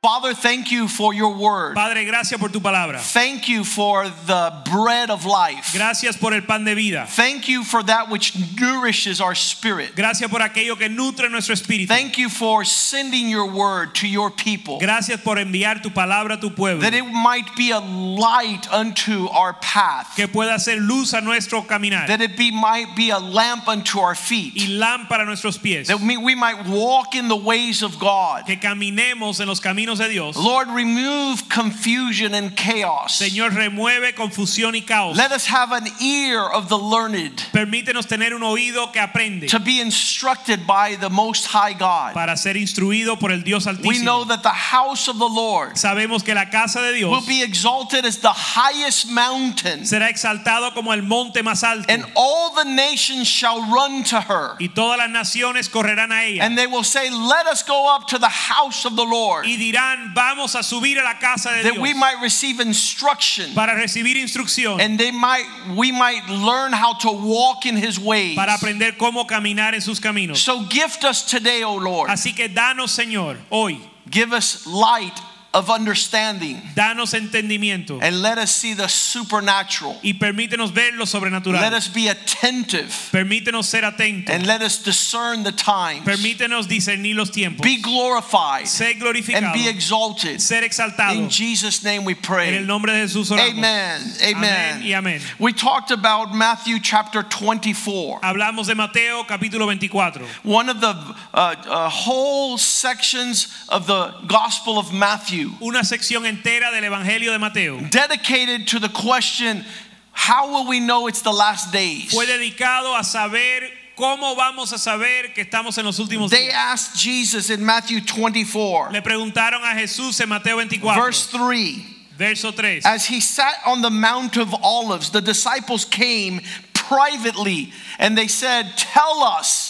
Father, thank you for your word. Padre, gracias por tu palabra. Thank you for the bread of life. Gracias por el pan de vida. Thank you for that which nourishes our spirit. Gracias por aquello que nutre nuestro espíritu. Thank you for sending your word to your people. Gracias por enviar tu palabra a tu pueblo. That it might be a light unto our path. Que pueda hacer luz a nuestro caminar That it be, might be a lamp unto our y feet. lámpara a nuestros pies. That we, we might walk in the ways of God. Que caminemos en los caminos de Dios. Lord, remove confusion and chaos. Señor, remueve confusión y caos. Let us have an ear of the learned. Permítenos tener un oído que aprende to be instructed by the Most High God. para ser instruido por el Dios We know Altísimo. that the house of the Lord Sabemos que la casa de Dios will be exalted as the highest mountain, será exaltado como el monte más alto and all the nations shall run to her. y todas las naciones correrán a ella. And they will say, Let us go up to the house of the Lord, y dirán vamos a subir a la casa de that we Dios might receive instruction, para recibir instrucción and they might we might learn how to walk in his ways. para aprender cómo caminar en sus caminos So gift us today, O Lord. así que danos Señor hoy Give us light of understanding, danos entendimiento and let us see the supernatural. y permítenos ver lo Let sobrenatural us be attentive permítenos ser atentos and let us discern the times. permítenos discernir los tiempos Be glorified ser and glorificado be exalted. ser exaltado In Jesus' name we en el pray. nombre de Jesús oramos Amen. amén y Amen. amén We talked about Matthew chapter 24. hablamos de Mateo capítulo 24 One of the uh, uh, whole sections of the Gospel of Matthew una sección entera del Evangelio de Mateo dedicated to the question how will we know it's the last days? fue dedicado a saber cómo vamos a saber que estamos en los últimos They días. asked Jesus in Matthew 24, Le preguntaron a Jesús en Mateo 24, verse 3. verso 3. As he sat on the Mount of Olives, the disciples came privately and they said, Tell us,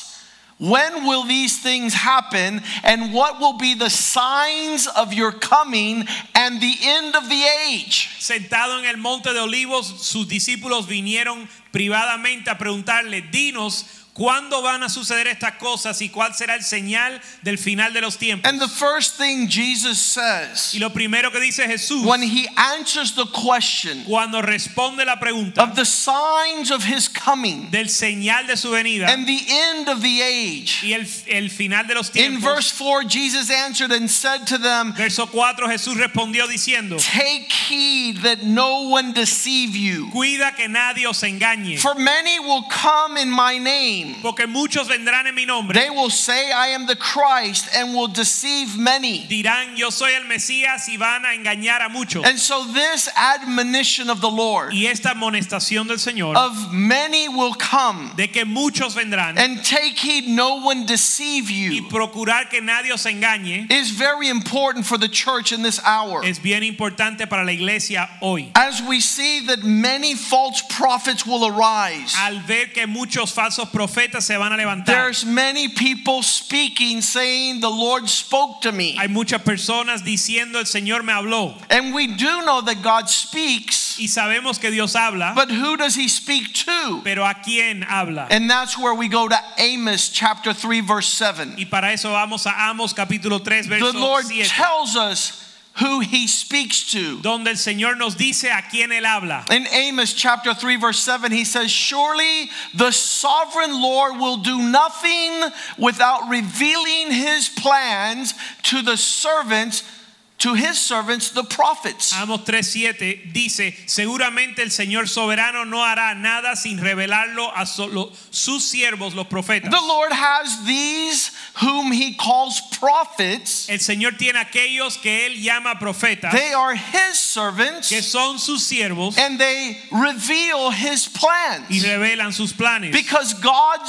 when will these things happen and what will be the signs of your coming and the end of the age? Sentado en el monte de olivos, sus discípulos vinieron privadamente a preguntarle, dinos, ¿cuándo van a suceder estas cosas y cuál será el señal del final de los tiempos? And the first thing Jesus Y says lo primero que dice Jesús when he answers the question cuando responde la pregunta of the signs of his coming del señal de su venida and the end of the age, y el, el final de los in verse tiempos, 4, Jesus answered and said to them, verso 4 Jesús respondió diciendo, Take heed that no one deceive you. Cuida que nadie os engañe, For many will come in my name. porque muchos vendrán en mi nombre. They will say, I am the Christ, and will deceive many. Dirán, yo soy el Mesías y van a engañar a muchos. And so, this admonition of the Lord Y esta amonestación del Señor, of many will come, de que muchos vendrán and take heed no one deceive y you, procurar que nadie os engañe, is very important for the church in this hour. es bien importante para la iglesia hoy. As we see that many false prophets will arise, Al ver que muchos falsos profetas se van a levantar, there's many people speaking, saying, The Lord spoke to me. hay muchas personas diciendo, el Señor me habló. And we do know that God speaks, Y sabemos que Dios habla, but who does he speak to? pero ¿a quién habla? And that's where we go to Amos chapter 3 verse 7. Y para eso vamos a Amos capítulo 3, The verso Lord 7. tells us who he speaks to. donde el Señor nos dice a quién Él habla. In Amos chapter 3 verse 7 he says, "Surely the sovereign Lord will do nothing without revealing his plans to the servants to his servants the prophets." Amos 3.7 dice, seguramente el Señor soberano no hará nada sin revelarlo a solo sus siervos, los profetas. The Lord has these whom he calls prophets. El Señor tiene aquellos que Él llama profetas, They are his servants que son sus siervos and they reveal his y plans. revelan sus planes. Because God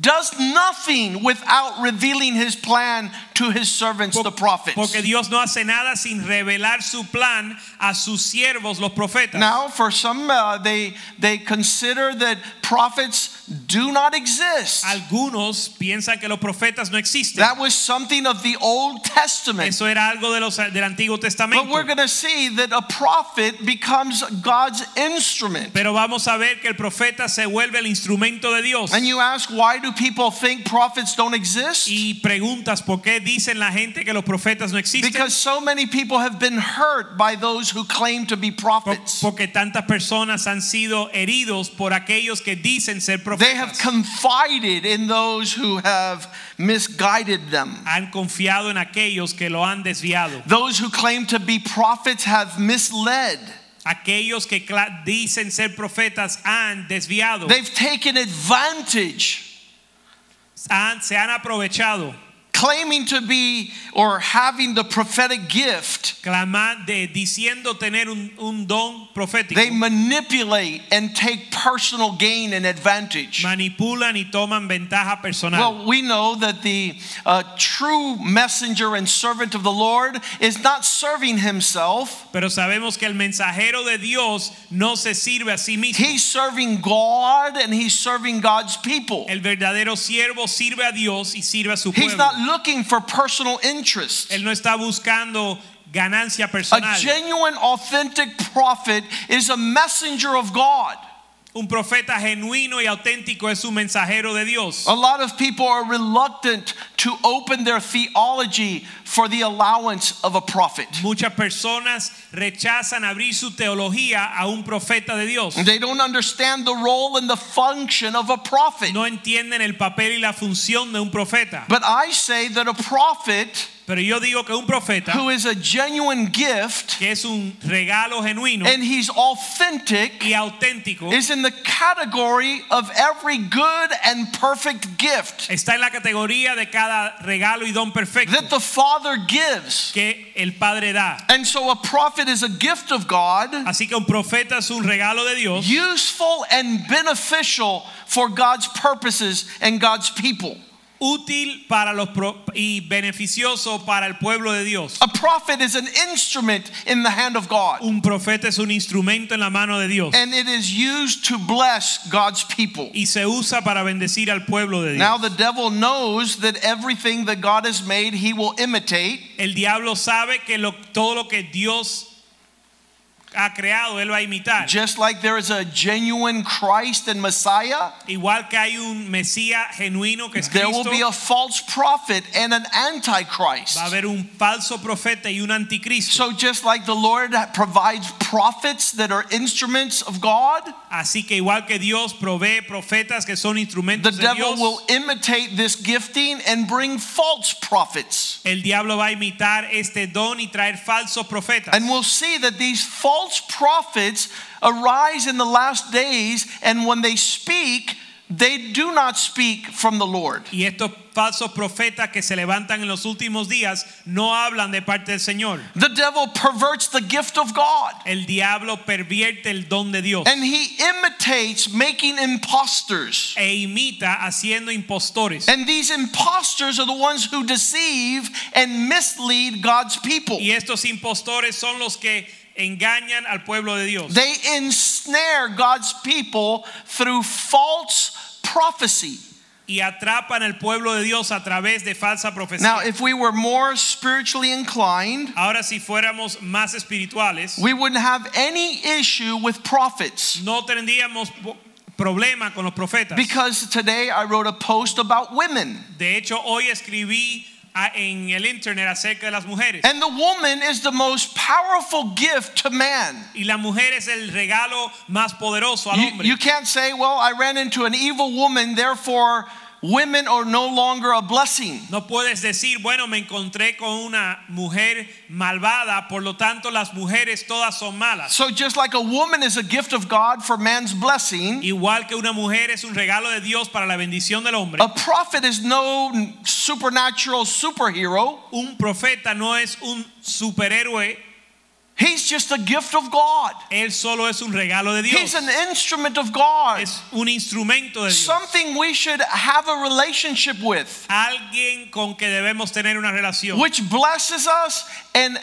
does nothing without revealing his plan to his servants, the prophets. Porque Dios no hace nada sin revelar su plan a sus siervos, los profetas. Now, for some, uh, they they consider that prophets do not exist. Algunos piensan que los profetas no existen. That was something of the Old Testament. Eso era algo de los, del Antiguo But we're Testamento. going to see that a prophet becomes God's instrument. Pero vamos a ver que el profeta se vuelve el instrumento de Dios. And you ask, why do people think prophets don't exist? Y preguntas por qué dicen la gente que los profetas no existen. Because so many people have been hurt by those who claim to be Po- prophets. Porque tantas personas han sido heridos por aquellos que dicen ser They have profetas. confided in those who have misguided them. Han confiado en aquellos que lo han desviado. Those who claim to be prophets have misled. Aquellos que cla- dicen ser profetas han desviado. They've taken advantage, Han- se han aprovechado claiming to be or having the prophetic gift. clama- de, diciendo tener un, un don profético. They manipulate and take personal gain and advantage. Manipulan y toman ventaja personal. Well, we know that the uh, true messenger and servant of the Lord is not serving himself, Pero sabemos que el mensajero de Dios no se sirve a sí mismo. he's serving God and he's serving God's people. El verdadero siervo sirve a Dios y sirve a su He's pueblo. not looking for personal interest. Él no está buscando ganancia A personal. genuine, authentic prophet is a messenger of God. Un profeta genuino y auténtico es un mensajero de Dios. A lot of people are reluctant to open their theology for the allowance of a prophet. Muchas personas rechazan abrir su teología a un profeta de Dios. They don't understand the role and the function of a prophet. No entienden el papel y la función de un profeta. But I say that a prophet Pero yo digo que un profeta who is a genuine gift que es un regalo genuino and he's authentic y auténtico is in the category of every good and perfect gift está en la categoría de cada regalo y don perfecto that the Father gives. que el Padre da. And so a prophet is a gift of God, Así que un profeta es un regalo de Dios. useful and beneficial for God's purposes and God's people. útil para los pro- y beneficioso para el pueblo de Dios. A prophet is an instrument in the hand of God, Un profeta es un instrumento en la mano de Dios and it is used to bless God's people. y se usa para bendecir al pueblo de Now Dios. the devil knows that everything that God has made, he will imitate. El diablo sabe que lo- todo lo que Dios ha creado, él va a imitar. Just like there is a genuine Christ and Messiah, Igual que hay un Mesías genuino que es there Cristo, will be a false prophet and an antichrist. va a haber un falso profeta y un anticristo. So just like the Lord provides prophets that are instruments of God, Así que igual que Dios provee profetas que son the instrumentos de devil Dios, will imitate this gifting and bring false prophets. el diablo va a imitar este don y traer falsos profetas. And we'll see that these false prophets arise in the last days, and when they speak, they do not speak from the Lord. Y estos falsos profetas que se levantan en los últimos días no hablan de parte del Señor. The devil perverts the gift of God. El diablo pervierte el don de Dios And he imitates making imposters. e imita haciendo impostores. And these imposters are the ones who deceive and mislead God's people. Y estos impostores son los que engañan al pueblo de Dios. They ensnare God's people through false prophecy. Y atrapan al pueblo de Dios a través de falsa Now, profecía. if we were more spiritually inclined, Ahora si fuéramos más espirituales, we wouldn't have any issue with prophets. no tendríamos po- problema con los profetas. Because today I wrote a post about women, De hecho, hoy escribí a- en el internet acerca de las mujeres. and the woman is the most powerful gift to man. Y la mujer es el regalo más poderoso al You, hombre. you can't say, well, I ran into an evil woman, therefore women are no longer a blessing. no puedes decir, bueno, me encontré con una mujer malvada, por lo tanto las mujeres todas son malas. So just like a woman is a gift of God for man's blessing, Igual que una mujer es un regalo de Dios para la bendición del hombre, a prophet is no supernatural superhero. un profeta no es un superhéroe He's just a gift of God. Él solo es un regalo de Dios. He's an instrument of God. es un instrumento de Dios. Something we should have a relationship with, Alguien con que debemos tener una relación. which blesses us and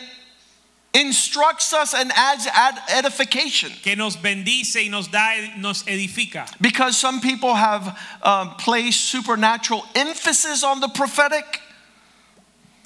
instructs us and adds ad- edification. que nos bendice y nos da nos edifica Because some people have um, placed supernatural emphasis on the prophetic.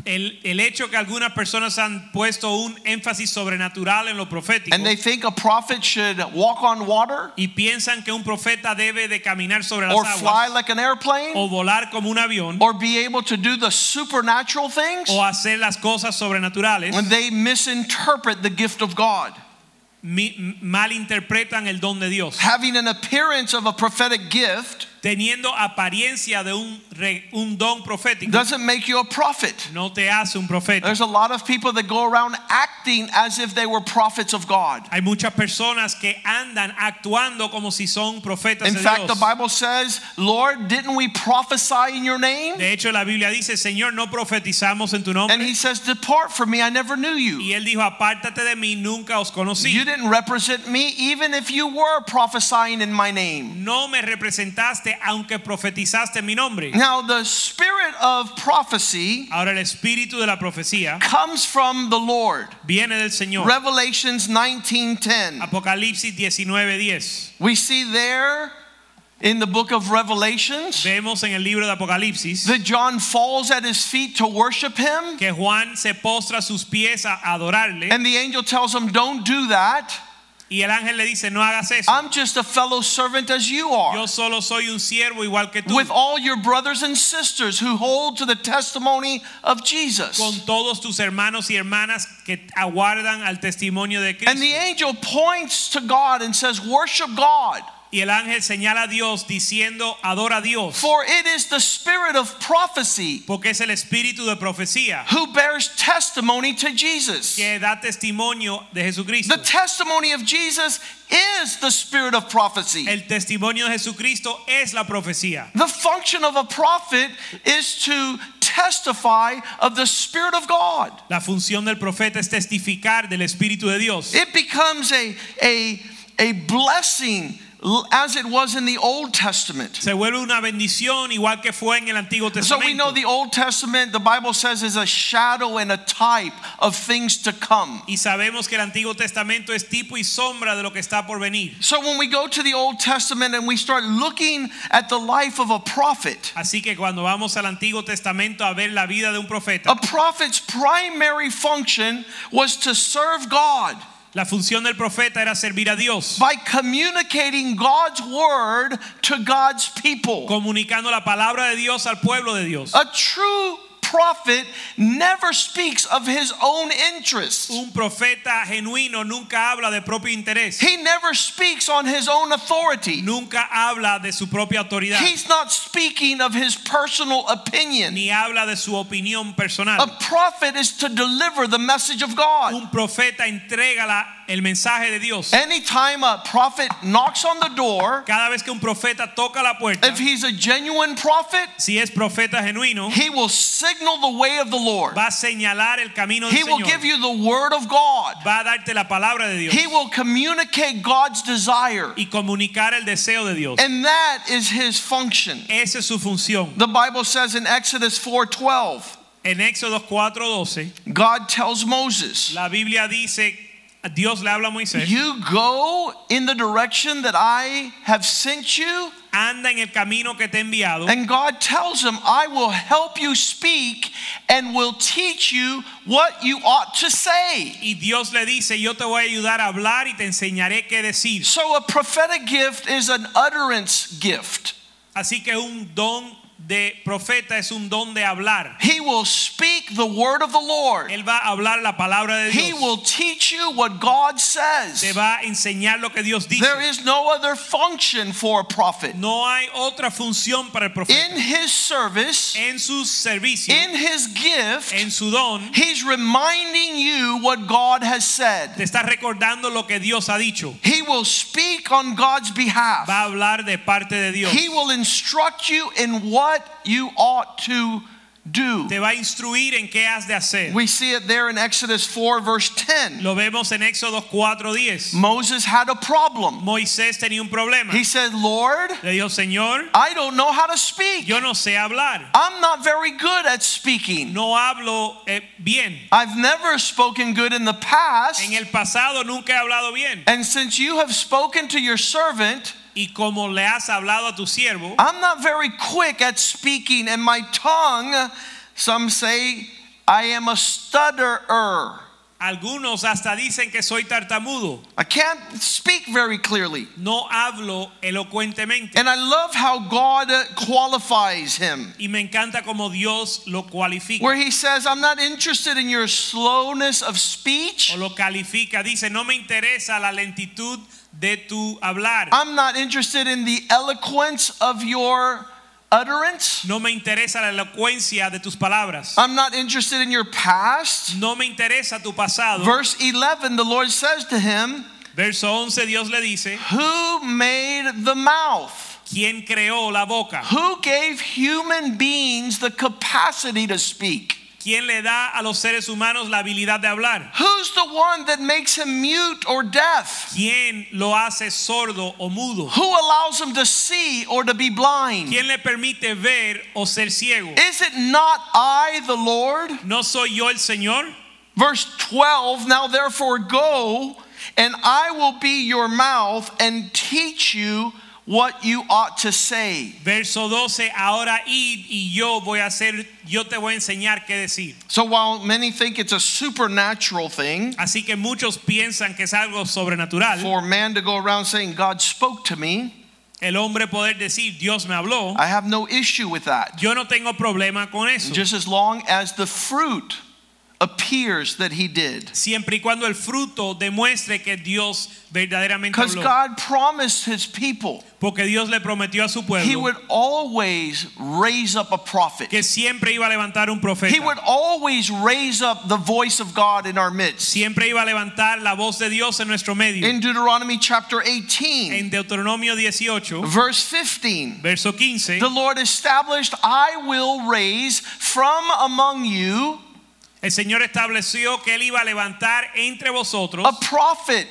el, el hecho que algunas personas han puesto un énfasis sobrenatural en lo profético And they think a prophet should walk on water y piensan que un profeta debe de caminar sobre las or aguas fly like an airplane o volar como un avión or be able to do the supernatural things. o hacer las cosas sobrenaturales When they misinterpret the gift of God, mi- m- malinterpretan el don de Dios having an appearance of a prophetic gift teniendo apariencia de un, re- un don profético doesn't make you a prophet. no te hace un profeta There's a lot of people that go around acting as if they were prophets of God. hay muchas personas que andan actuando como si son profetas In de fact, the Dios Bible says, Lord, didn't we prophesy in your name? De hecho, la Biblia dice, Señor, no profetizamos en tu And nombre. he says, Depart from me, I never knew Y you. él dijo, apártate de mí, nunca os conocí. You didn't represent me, even if you were prophesying in my name. No me representaste, aunque profetizaste en mi nombre. Now, the spirit of prophecy Ahora el espíritu de la profecía comes from the Lord. viene del Señor. Revelations 19:10. Apocalipsis 19:10. We see there in the book of Revelations Vemos en el libro de Apocalipsis that John falls at his feet to worship him. que Juan se postra a sus pies a adorarle And the angel tells him, Don't do that. y el ángel le dice, no hagas eso. I'm just a fellow servant as you Yo are, solo soy un siervo igual que tú. with all your brothers and sisters who hold to the testimony of Jesus. Con todos tus hermanos y hermanas que aguardan al testimonio de And Cristo. the angel points to God and says, Worship God, Y el ángel señala a Dios diciendo, adora a Dios, for it is the spirit of prophecy porque es el espíritu de profecía who bears testimony to Jesus. que da testimonio de Jesucristo. The testimony of Jesus is the spirit of prophecy. El testimonio de Jesucristo es la profecía. The function of a prophet is to testify of the Spirit of God. La función del profeta es testificar del espíritu de Dios. It becomes a, a, a blessing l- as it was in the Old Testament. Se vuelve una bendición igual que fue en el Antiguo So we know Testamento. the Old Testament, the Bible says, is a shadow and a type of things to come. Y sabemos que el Antiguo Testamento es tipo y sombra de lo que está por venir. So when we go to the Old Testament and we start looking at the life of a prophet, Así que cuando vamos al Antiguo Testamento a ver la vida de un a profeta, prophet's primary function was to serve God. la función del profeta era servir a Dios. by communicating God's word to God's people. comunicando la palabra de Dios al pueblo de Dios. A true prophet never speaks of his own interests. Un profeta genuino nunca habla de propio interés, He never speaks on his own authority. nunca habla de su propia autoridad, He's not speaking of his personal opinion. ni habla de su opinión A personal. prophet is to deliver the message of God. Un profeta entrega la- el mensaje de Dios. Anytime a prophet knocks on the door, Cada vez que un profeta toca la puerta, if he's a genuine prophet, si es profeta genuino, he will signal the way of the Lord. va a señalar el camino del He will Señor, give you the word of God. va a darte la palabra de Dios He will communicate God's desire, y comunicar el deseo de Dios. and that is his function. Esa es su función. The Bible says in Exodus 4:12, En Éxodo 4:12, God tells Moses, la Biblia dice, Dios le habla a Moisés. "You go in the direction that I have sent you." anda en el camino que te he enviado And God tells him, "I will help you speak and will teach you what you ought to say." y Dios le dice yo te voy a ayudar a hablar y te enseñaré qué decir So a prophetic gift is an utterance gift. así que un don de profeta es un don de hablar He will speak the word of the Lord. él va a hablar la palabra de He Dios will teach you what God says. te va a enseñar lo que Dios dice There is no other function for a prophet. no hay otra función para el In profeta his service, en su servicio in his gift, en su don he's reminding you what God has te said. está recordando lo que Dios ha dicho He will speak on God's behalf. va a hablar de parte de Dios He will instruct you in what you ought to do. Te va a instruir en qué has de hacer. We see it there in Exodus 4, verse 10. Lo vemos en Éxodo 4:10. Moses had a problem. Moisés tenía un problema. He said, Lord, Le dijo, Señor, I don't know how to speak. yo no sé hablar. I'm not very good at speaking. No hablo eh, bien. I've never spoken good in the past. En el pasado nunca he hablado bien. And since you have spoken to your servant, Y como le has hablado a tu siervo, I'm not very quick at speaking, and my tongue, some say, I am a stutterer. algunos hasta dicen que soy tartamudo. I can't speak very clearly. No hablo elocuentemente. And I love how God uh, qualifies him, Y me encanta como Dios lo cualifica. where he says, I'm not interested in your slowness of speech. o lo califica, dice, no me interesa la lentitud de tu hablar, I'm not interested in the eloquence of your utterance. no me interesa la elocuencia de tus palabras, I'm not interested in your past. no me interesa tu pasado. Verse 11, the Lord says to him, Verso 11, Dios le dice, Who made the mouth? ¿quién creó la boca? Who gave human beings the capacity to speak? ¿Quién le da a los seres humanos la habilidad de hablar? Who's the one that makes him mute or deaf? ¿Quién lo hace sordo o mudo? Who allows him to see or to be blind? ¿Quién le permite ver o ser ciego? Is it not I, the Lord? ¿No soy yo el Señor? Verse 12 Now therefore go, and I will be your mouth and teach you what you ought to say. Verso 12, ahora id y yo voy a hacer, yo te voy a enseñar qué decir. So while many think it's a supernatural thing Así que muchos piensan que es algo sobrenatural. for man to go around saying, God spoke to me, El hombre poder decir, Dios me habló. I have no issue with that. Yo no tengo problema con eso. just as long as the fruit appears that he did. Siempre y cuando el fruto demuestre que Dios verdaderamente Because habló. God promised his people Porque Dios le prometió a su he pueblo would always raise up a prophet. que siempre iba a levantar un He would profeta. always raise up the voice of God in our midst. Siempre iba a levantar la voz de Dios en nuestro medio. In Deuteronomy chapter En 18, Deuteronomio 18, verse 15, verso 15, the Lord established, I will raise from among you el Señor estableció que Él iba a levantar entre vosotros a prophet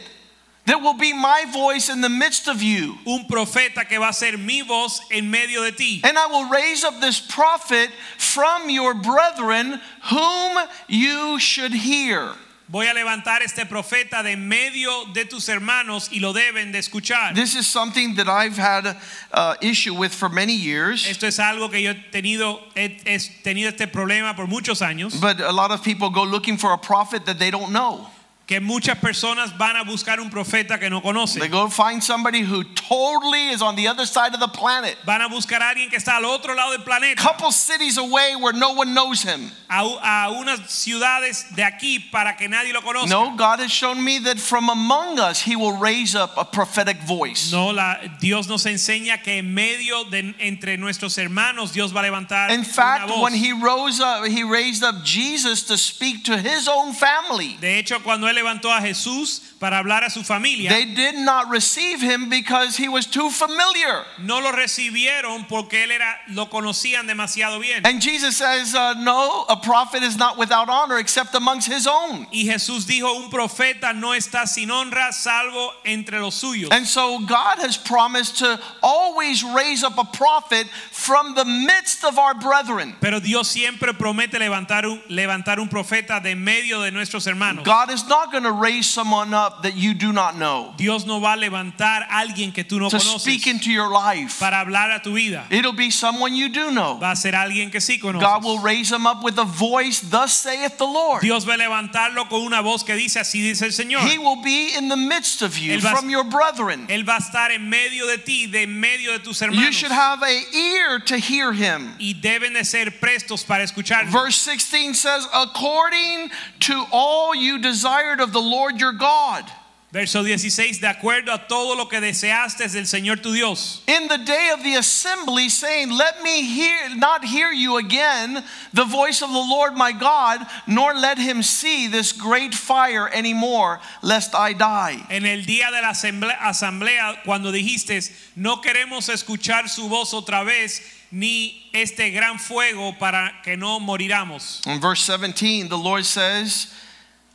that will be my voice in the midst of you. un profeta que va a ser mi voz en medio de ti. And I will raise up this prophet from your brethren whom you should hear. Voy a levantar este profeta de en medio de tus hermanos y lo deben de escuchar. This is something that I've had uh, issue with for many years, Esto es algo que yo he tenido, he, he tenido este problema por muchos años, but a lot of people go looking for a prophet that they don't know. que muchas personas van a buscar un profeta que no They conocen. go find somebody who totally is on the other side of the planet, Van a buscar a alguien que está al otro lado del planeta, couple cities away where no one knows him. a, u- a unas ciudades de aquí para que nadie lo conozca. No, God has shown me that from among us he will raise up a prophetic voice. No, la, Dios nos enseña que en medio de entre nuestros hermanos Dios va a levantar In una fact, voz. when he rose up, he raised up Jesus to speak to his own family. De hecho, cuando él levantó a Jesús para hablar a su familia, They did not receive him because he was too familiar. no lo recibieron porque él era lo conocían demasiado bien. And Jesus says, uh, No, a prophet is not without honor except amongst his own. Y Jesús dijo, un profeta no está sin honra salvo entre los suyos. And so God has promised to always raise up a prophet from the midst of our brethren. Pero Dios siempre promete levantar un, levantar un profeta de en medio de nuestros hermanos. God is not going to raise someone up that you do not know Dios no va a levantar a alguien que tú no to speak conoces into your life. para hablar a tu vida. It'll be someone you do know. Va a ser alguien que sí God will conoces. raise him up with a voice, Thus saith the Lord. Dios va a levantarlo con una voz que dice, así dice el Señor. He will be in the midst of you Él va a- from your brethren. Él va a estar en medio de ti, de en medio de tus You hermanos. should have a ear to hear him. y deben de ser prestos para escuchar. Verse 16 says, according to all you desired of the Lord your God, Verso 16, de acuerdo a todo lo que deseaste del Señor tu Dios. in the day of the assembly, saying, Let me hear not hear you again the voice of the Lord my God, nor let him see this great fire anymore, lest I die. En el día de la asemble- asamblea, cuando dijiste, no queremos escuchar su voz otra vez, ni este gran fuego para que no moriramos. In verse 17, the Lord says,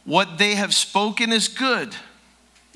What they have spoken is good.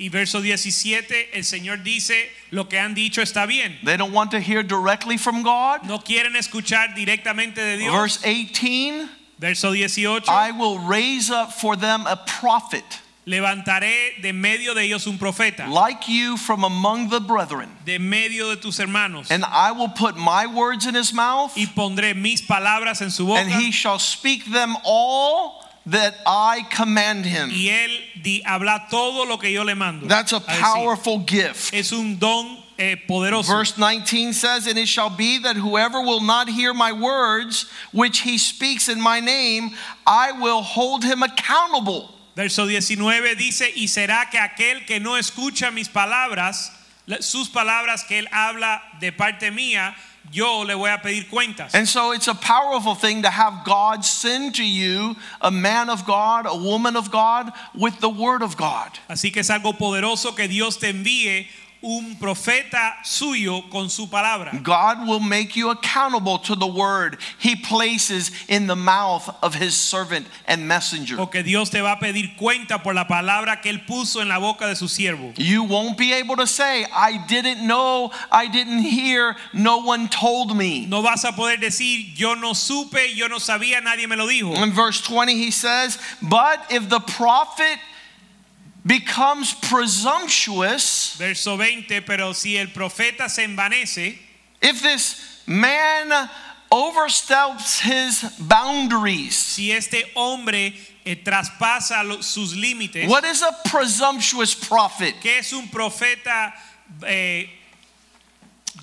Y verso 17, el Señor dice, lo que han dicho está bien. They don't want to hear directly from God. No quieren escuchar directamente de Dios. Verse 18, verso 18, I will raise up for them a prophet levantaré de medio de ellos un profeta, like you from among the brethren, de medio de tus hermanos, and I will put my words in his mouth, y pondré mis palabras en su boca. and he shall speak them all that I command him. y él di- habla todo lo que yo le mando. That's a a decir. powerful gift. Es un don eh, poderoso. Verse 19 says, And it shall be that whoever will not hear my words, which he speaks in my name, I will hold him accountable. Verso 19 dice, y será que aquel que no escucha mis palabras, la- sus palabras que él habla de parte mía, yo le voy a pedir cuentas. And so it's a powerful thing to have God send to you a man of God, a woman of God, with the word of God. Así que es algo poderoso que Dios te envíe un profeta suyo con su palabra. God will make you accountable to the word he places in the mouth of his servant and messenger. Porque Dios te va a pedir cuenta por la palabra que Él puso en la boca de su siervo. You won't be able to say, I didn't know, I didn't hear, no one told me. No vas a poder decir, yo no supe, yo no sabía, nadie me lo dijo. In verse 20, he says, But if the prophet becomes presumptuous, Verso 20, pero si el profeta se envanece, if this man oversteps his boundaries, si este hombre eh, traspasa lo- sus límites, what is a presumptuous prophet? ¿qué es un profeta eh,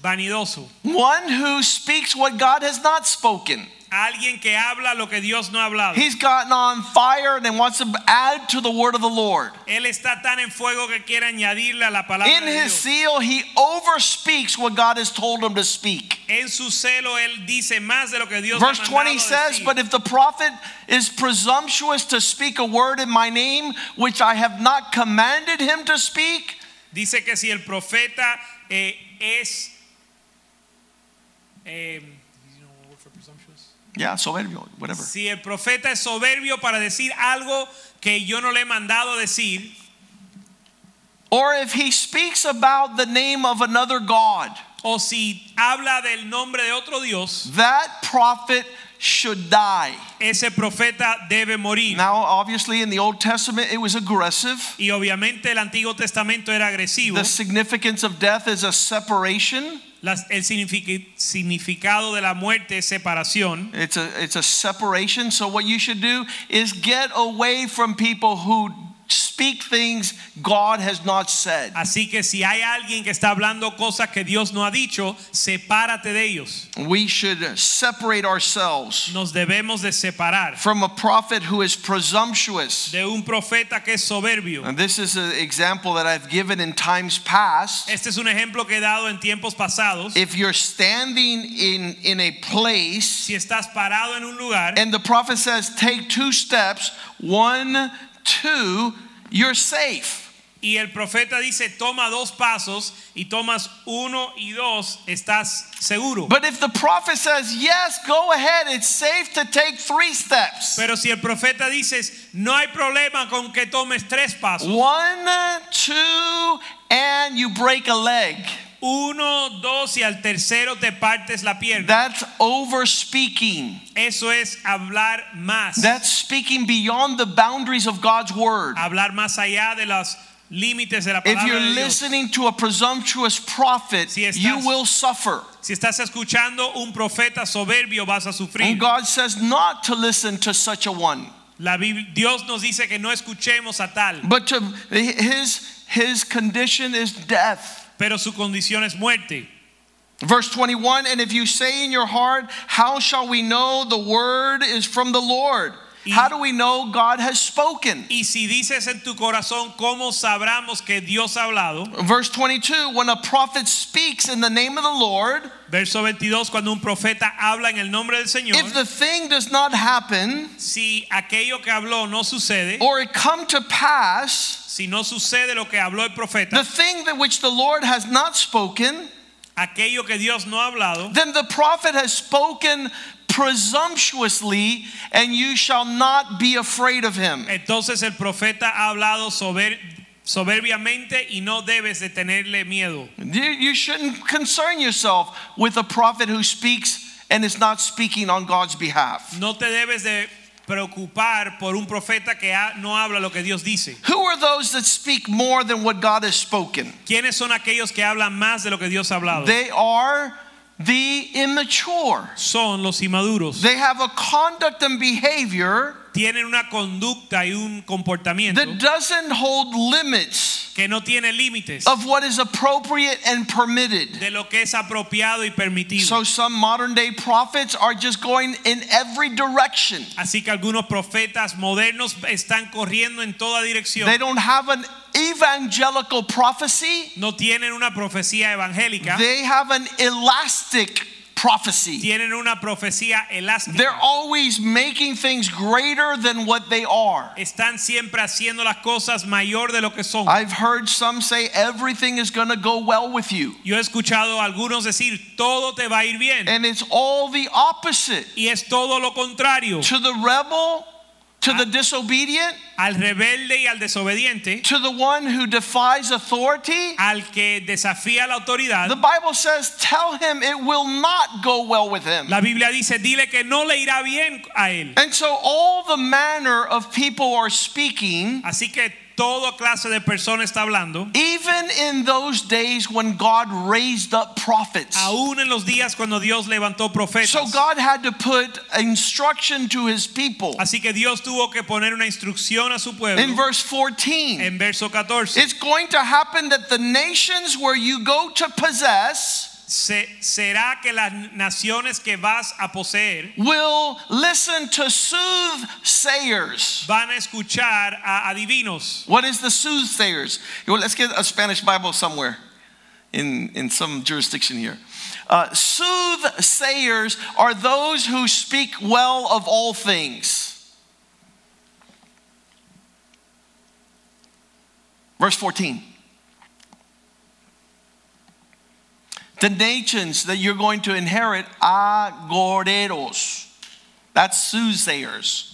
vanidoso? One who speaks what God has not spoken. Alguien que habla lo que Dios no ha hablado. He's gotten on fire and then wants to add to the word of the Lord. Él está tan en fuego que quiere añadirle a la palabra In de his Dios. zeal, he overspeaks what God has told him to speak. En su celo él dice más de lo que Dios le ha Verse 20 mandado says, decir. But if the prophet is presumptuous to speak a word in my name, which I have not commanded him to speak, Dice que si el profeta eh, es eh, yeah, soberbio, whatever. si el profeta es soberbio para decir algo que yo no le he mandado decir Or if he speaks about the name of another God, o si habla del nombre de otro Dios, that prophet should die. ese profeta debe morir. Now, obviously, in the Old Testament, it was aggressive. Y obviamente el Antiguo Testamento era agresivo. The significance of death is a separation. Las- el signific- significado de la muerte es separación. It's a it's a separation. So what you should do is get away from people who speak things God has not said. Así que si hay alguien que está hablando cosas que Dios no ha dicho, sepárate de ellos. We should separate ourselves Nos debemos de separar from a prophet who is presumptuous. de un profeta que es soberbio. And this is an example that I've given in times past. Este es un ejemplo que he dado en tiempos pasados. If you're standing in in a place Si estás parado en un lugar and the prophet says take two steps, one, two, you're safe. y el profeta dice toma dos pasos y tomas uno y dos, estás seguro. But if the prophet says, yes, go ahead, it's safe to take three steps. Pero si el profeta dices no hay problema con que tomes tres pasos, One, two, and you break a leg. uno, dos y al tercero te partes la pierna. That's over speaking. Eso es hablar más. That's speaking beyond the boundaries of God's word. hablar más allá de los límites de la If palabra you're de Dios. listening to a presumptuous prophet, Si estás- you will suffer. Si estás escuchando un profeta soberbio vas a sufrir. And God says not to listen to such a one, La Bib- Dios nos dice que no escuchemos a tal, but to his his condition is death. pero su condición es muerte. Verse 21 And if you say in your heart, How shall we know the word is from the Lord? How do we know God has spoken? Y si dices en tu corazón, ¿cómo sabramos que Dios ha hablado? Verse 22 When a prophet speaks in the name of the Lord, Verso 22, cuando un profeta habla en el nombre del Señor, if the thing does not happen si aquello que habló no sucede, or it come to pass, si no sucede lo que habló el profeta, the thing that which the Lord has not spoken, aquello que Dios no ha hablado, then the prophet has spoken presumptuously, and you shall not be afraid of him. entonces el profeta ha hablado sober- soberbiamente y no debes de tenerle miedo. You, you shouldn't concern yourself with a prophet who speaks and is not speaking on God's behalf. No te debes de preocupar por un profeta que ha- no habla lo que Dios dice. Who are those that speak more than what God has spoken? ¿Quiénes son aquellos que hablan más de lo que Dios ha hablado? They are the immature. son los inmaduros. They have a conduct and behavior Tienen una conducta y un comportamiento that doesn't hold limits que no tiene límites of what is appropriate and permitted. de lo que es apropiado y permitido. So some modern day prophets are just going in every direction. Así que algunos profetas modernos están corriendo en toda dirección. They don't have an evangelical prophecy. No tienen una profecía evangélica, They have an elastic prophecy. tienen una profecía They're elástica. always making things greater than what they are. Están siempre haciendo las cosas mayor de lo que son. I've heard some say everything is going to go well with you. Yo he escuchado a algunos decir, todo te va a ir bien. And it's all the opposite Y es todo lo contrario. to the rebel, to the disobedient, Al rebelde y al desobediente, to the one who defies authority. al que desafía la autoridad, The Bible says, tell him it will not go well with him. la Biblia dice, dile que no le irá bien a él. And so all the manner of people are speaking, Así que toda clase de persona está hablando. even in those days when God raised up prophets. Aún en los días cuando Dios levantó profetas. So God had to put instruction to his people. Así que Dios tuvo que poner una instrucción a su pueblo In verse 14, en verso 14. it's going to happen that the nations where you go to possess Se- será que las naciones que vas a poseer will listen to soothsayers. van a escuchar a adivinos. What is the soothsayers? Well, let's get a Spanish Bible somewhere in, in some jurisdiction here. Uh, soothsayers are those who speak well of all things. Verse 14. The nations that you're going to inherit, agoreros. That's soothsayers.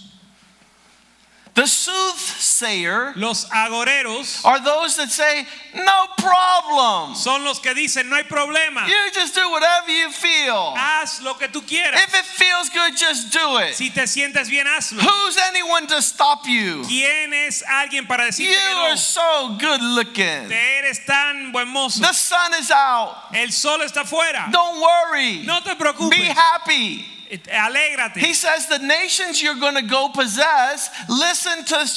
The soothsayer Los agoreros are those that say, no problem. son los que dicen no hay problema. You just do whatever you feel. Haz lo que tú quieras. If it feels good, just do it. Si te sientes bien, hazlo. Who's anyone to stop you? ¿Quién es alguien para decirte You que no? are so good looking. Te eres tan buen mozo. The sun is out. El sol está afuera. Don't worry. No te Be preocupes. Eh, happy. Alégrate. He says the nations you're going to go possess, listen to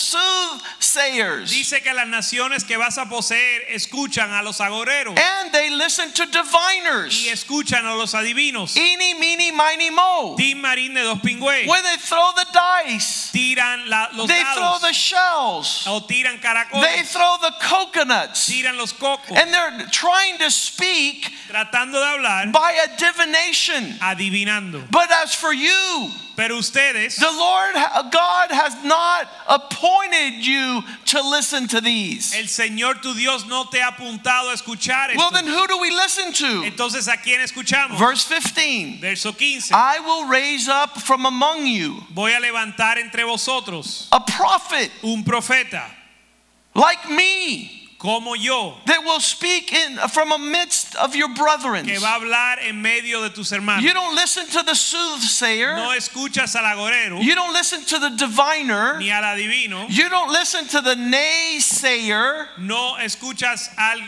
soothsayers. Dice que las naciones que vas a poseer escuchan a los agoreros And they listen to y diviners. escuchan a los adivinos. Eeny, meeny, miny, mo. Tim Marín de dos pingües When they throw the dice, tiran la- los they throw dados the shells, o tiran they caracoles, throw the coconuts. tiran los cocos, And they're trying to speak tratando de hablar, by a divination. adivinando. But as for you, Pero ustedes, the Lord uh, God has not appointed you to listen to these. el Señor tu Dios no te ha apuntado a escuchar Well, esto. then who do we listen to? Entonces, ¿a quién escuchamos? Verse 15 Verso 15. I will raise up from among you Voy a levantar entre vosotros a prophet un profeta like me como yo that will speak in, from amidst of your brethren. que va a hablar en medio de tus You hermanos. don't listen to the soothsayer, No escuchas al agorero you don't listen to the diviner. ni al adivino. You don't listen to the naysayer. No escuchas al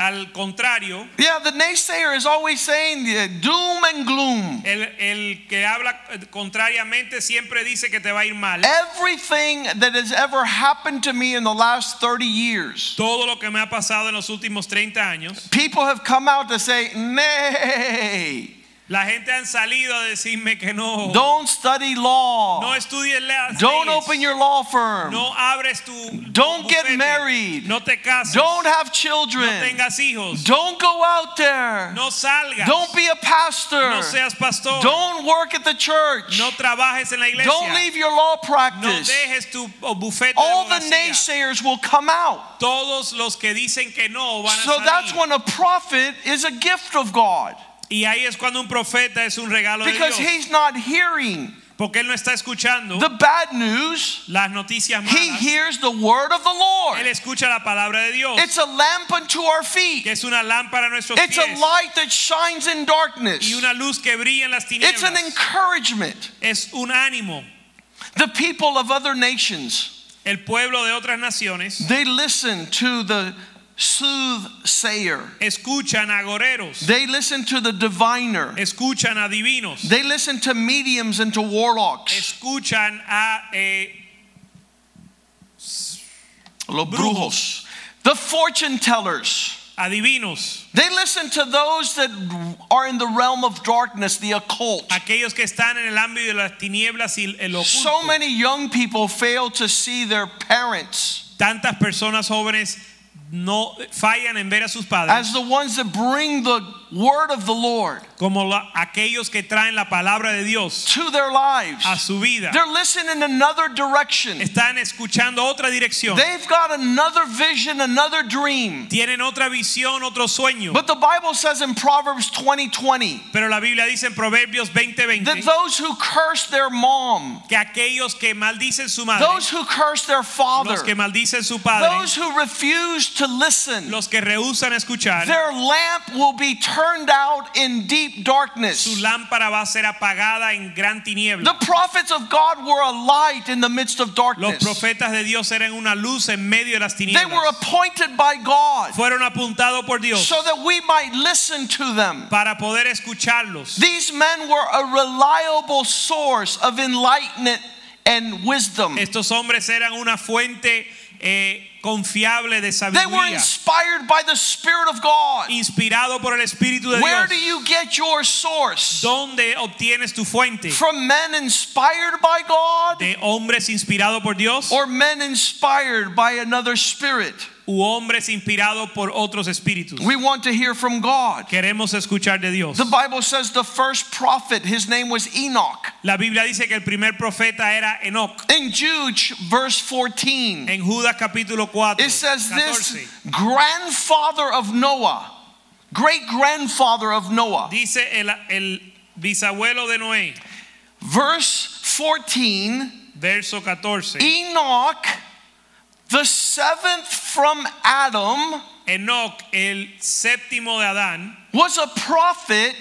al contrario Yeah, the naysayer is always saying yeah, doom and gloom. El, el que habla eh, contrariamente siempre dice que te va a ir mal. Eh. Everything that has ever happened to me in the last 30 years, Todo lo que me ha pasado en los últimos 30 años, people have come out to say, nay, La gente han salido a decirme que no. Don't study law. no estudies las Don't leyes. open your law firm. No abres tu Don't tu get bufete. married. No te cases. Don't have no children. tengas hijos. Don't go out there. no salgas. Don't be a pastor. no seas pastor. Don't work at the church. no trabajes en la iglesia. Don't leave your law no practice. dejes tu bufete All the de abogacía. naysayers will come out. Todos los que dicen que no van So a that's salir. when a prophet is a gift of God y ahí es cuando un profeta es un regalo de because Dios. he's not hearing porque él no está escuchando the bad news. las noticias malas. He hears the word of the él Lord. escucha la palabra de Dios. It's a lamp unto our que feet. es una lámpara a nuestros It's a pies light that shines in darkness. y una luz que brilla en las It's tinieblas. an encouragement. es un ánimo. The people of other nations, El pueblo de otras naciones they listen to the soothsayer. escuchan a agoreros, They listen to the diviner. escuchan a divinos, They listen to mediums and to warlocks. escuchan a eh, Los brujos. brujos. The fortune tellers. a divinos, They listen to those that are in the realm of darkness, the occult. aquellos que están en el ámbito de las tinieblas y el oculto. So many young people fail to see their parents Tantas personas jóvenes no fallan en ver a sus padres as the ones that bring the word of the Lord como la- aquellos que traen la palabra de Dios to their lives. a su vida. They're listening in another direction. Están escuchando otra dirección. They've got another vision, another dream. Tienen otra visión, otro sueño. But the Bible says in Proverbs 20:20 Pero la Biblia dice en Proverbios 20:20 that those who curse their mom, que aquellos que maldicen su madre, those who curse their Ah, eh. los que father, maldicen su padre, those who refuse to listen, los que rehusan escuchar, Their lamp will be turned out in deep su darkness. lámpara va a ser apagada en gran tiniebla. The prophets of God were a light in the midst of Los darkness. profetas de Dios eran una luz en medio de las They tinieblas. were appointed by God Fueron apuntados por Dios so that we might listen to them. para poder escucharlos. These men were a reliable source of enlightenment and wisdom. Estos hombres eran una fuente eh, confiable de They were sabiduría, inspired by the Spirit of God. inspirado por el Espíritu de Where do Dios. you get your source? ¿Dónde obtienes tu fuente? From men inspired by God ¿De hombres inspirados por Dios or men inspired by another spirit? u hombres inspirados por otros espíritus? We want to hear from God. Queremos escuchar de Dios. The Bible says the first prophet, his name was Enoch. La Biblia dice que el primer profeta era Enoch. In Jude verse 14, En Judas capítulo 4, it says this 14, grandfather of Noah, great grandfather of Noah. dice el, el bisabuelo de Noé, Verse 14, verso 14, Enoch, the seventh from Adam, Enoch, el séptimo de Adán, was a prophet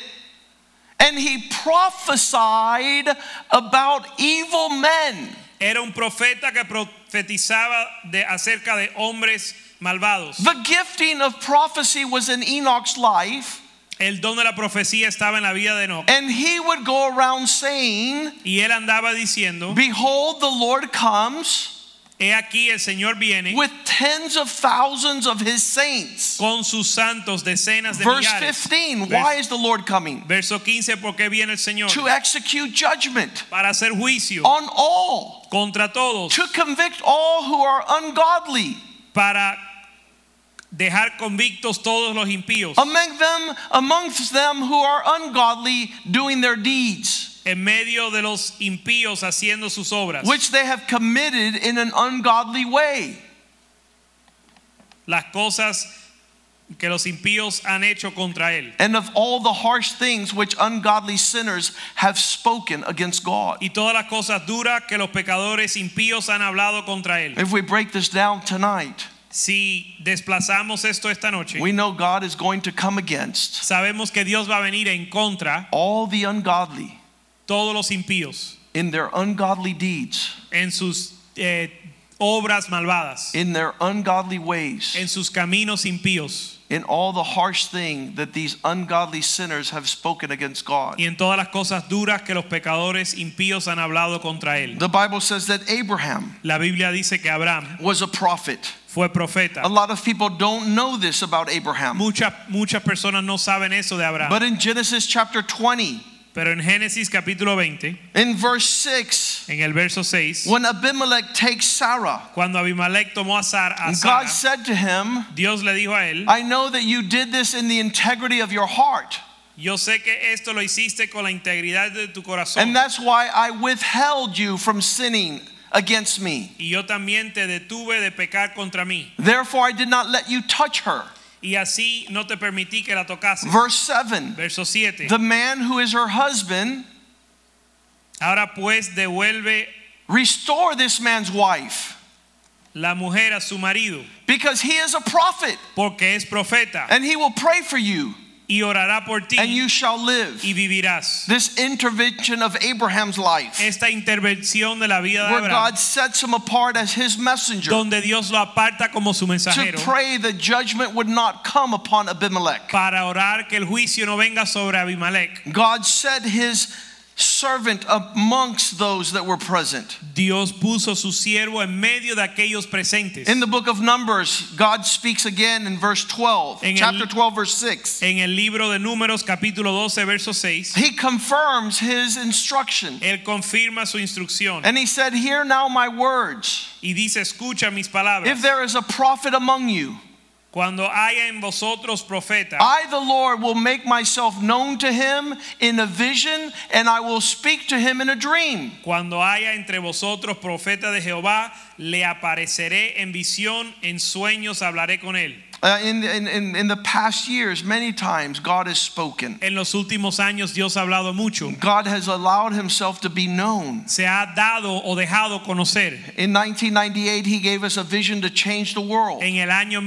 and he prophesied about evil men. era un profeta que profetizaba de, acerca de hombres malvados. The gifting of prophecy was in Enoch's life. El don de la profecía estaba en la vida de Enoch. And he would go around saying, Y él andaba diciendo, Behold, the Lord comes he aquí el Señor viene with tens of thousands of his saints. con sus santos, decenas de Verse millares. 15 Verse- Why is the Lord coming? Verso 15, porque viene el Señor To execute judgment para hacer juicio on all, contra todos. to convict all who are ungodly, para dejar convictos todos los impíos among them, amongst them who are ungodly, doing their deeds, en medio de los impíos haciendo sus obras, which they have committed in an ungodly way. las cosas que los impíos han hecho contra él And of all the harsh things which ungodly sinners have spoken against God. y todas las cosas duras que los pecadores impíos han hablado contra él. If we break this down tonight, Si desplazamos esto esta noche, we know God is going to come against sabemos que Dios va a venir en contra all the ungodly todos los impíos in their ungodly deeds, en sus eh, obras malvadas, in their ungodly ways. en sus caminos impíos. in all the harsh thing that these ungodly sinners have spoken against God. y en todas las cosas duras que los pecadores impíos han hablado contra él. The Bible says that Abraham La Biblia dice que Abraham was a prophet. fue profeta. A lot of people don't know this about Abraham. Muchas muchas personas no saben eso de Abraham. But in Genesis chapter 20, Pero en Génesis capítulo 20, in verse 6, en el verso 6, when Abimelech takes Sarah, cuando Abimelech tomó a Sar- a Sara, God said "Ah, to him, Dios le dijo a él, I know that you did this in the integrity of your heart, yo sé que esto lo hiciste con la integridad de tu corazón and that's why I withheld you from sinning against me. y yo también te detuve de pecar contra mí Therefore, I did not let you touch her. y así no te permití que la tocases. Verse 7 Verso 7. The man who is her husband, Ahora pues devuelve restore this man's wife, la mujer a su marido, because he is a prophet, porque es profeta and he will pray for you, y orará por ti and you shall live. y vivirás. This intervention of Abraham's life, Esta intervención de la vida de where Abraham, God sets him apart as his messenger donde Dios lo aparta como su to mensajero pray that judgment would not come upon Abimelech. para orar que el juicio no venga sobre Abimelech. God set his servant amongst those that were present. Dios puso su siervo en medio de aquellos presentes. In the book of Numbers, God speaks again in verse 12, En el- chapter 12, verse 6. En el libro de Números capítulo 12 verso 6, He confirms his instruction. él confirma su instrucción And he said, Hear now my words. y dice, escucha mis If palabras. there is a prophet among you, Cuando haya en vosotros profeta, I, the Lord, will make myself known to him in a vision, and I will speak to him in a dream. Cuando haya entre vosotros profeta de Jehová, le apareceré en visión, en sueños hablaré con él. Uh, in, in, in, in the past years, many times, God has spoken. En los últimos años Dios ha hablado mucho. God has allowed himself to be known. Se ha dado o dejado conocer. In 1998, he gave us a vision to change the world. En el año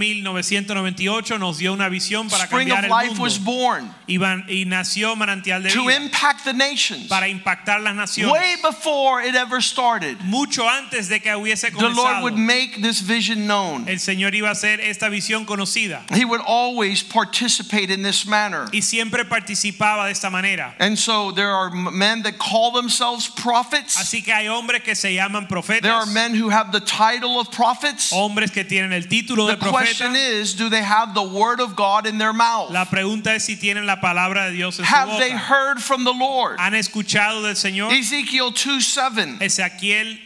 1998 nos dio una visión para Spring cambiar of el Life was mundo. born Y, van- y nació Manantial de to Vida impact the nations. para impactar las Way naciones. before it ever started, Mucho antes de que hubiese the Lord would comenzado, make this vision known. el Señor iba a hacer esta visión conocida. He would always participate in this manner. Y siempre participaba de esta manera. And so there are m- men that call themselves prophets. Así que hay hombres que se llaman There are profetas. men who have the title of prophets. hombres que tienen Oh, el título The de question profeta. is, do they have the word of God in their mouth? La pregunta es si tienen la palabra de Dios en su Have they boca. heard from the Lord? ¿Han escuchado del Señor? Ezekiel 2 7. Ezequiel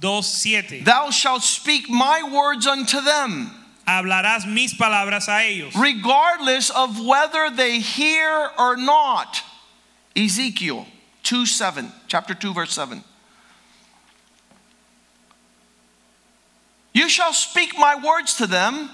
2:7. Thou shalt speak my words unto them, Hablarás mis palabras a ellos, regardless of whether they hear or not. Ezekiel 2 7, chapter 2, verse 7. You shall speak my words to them,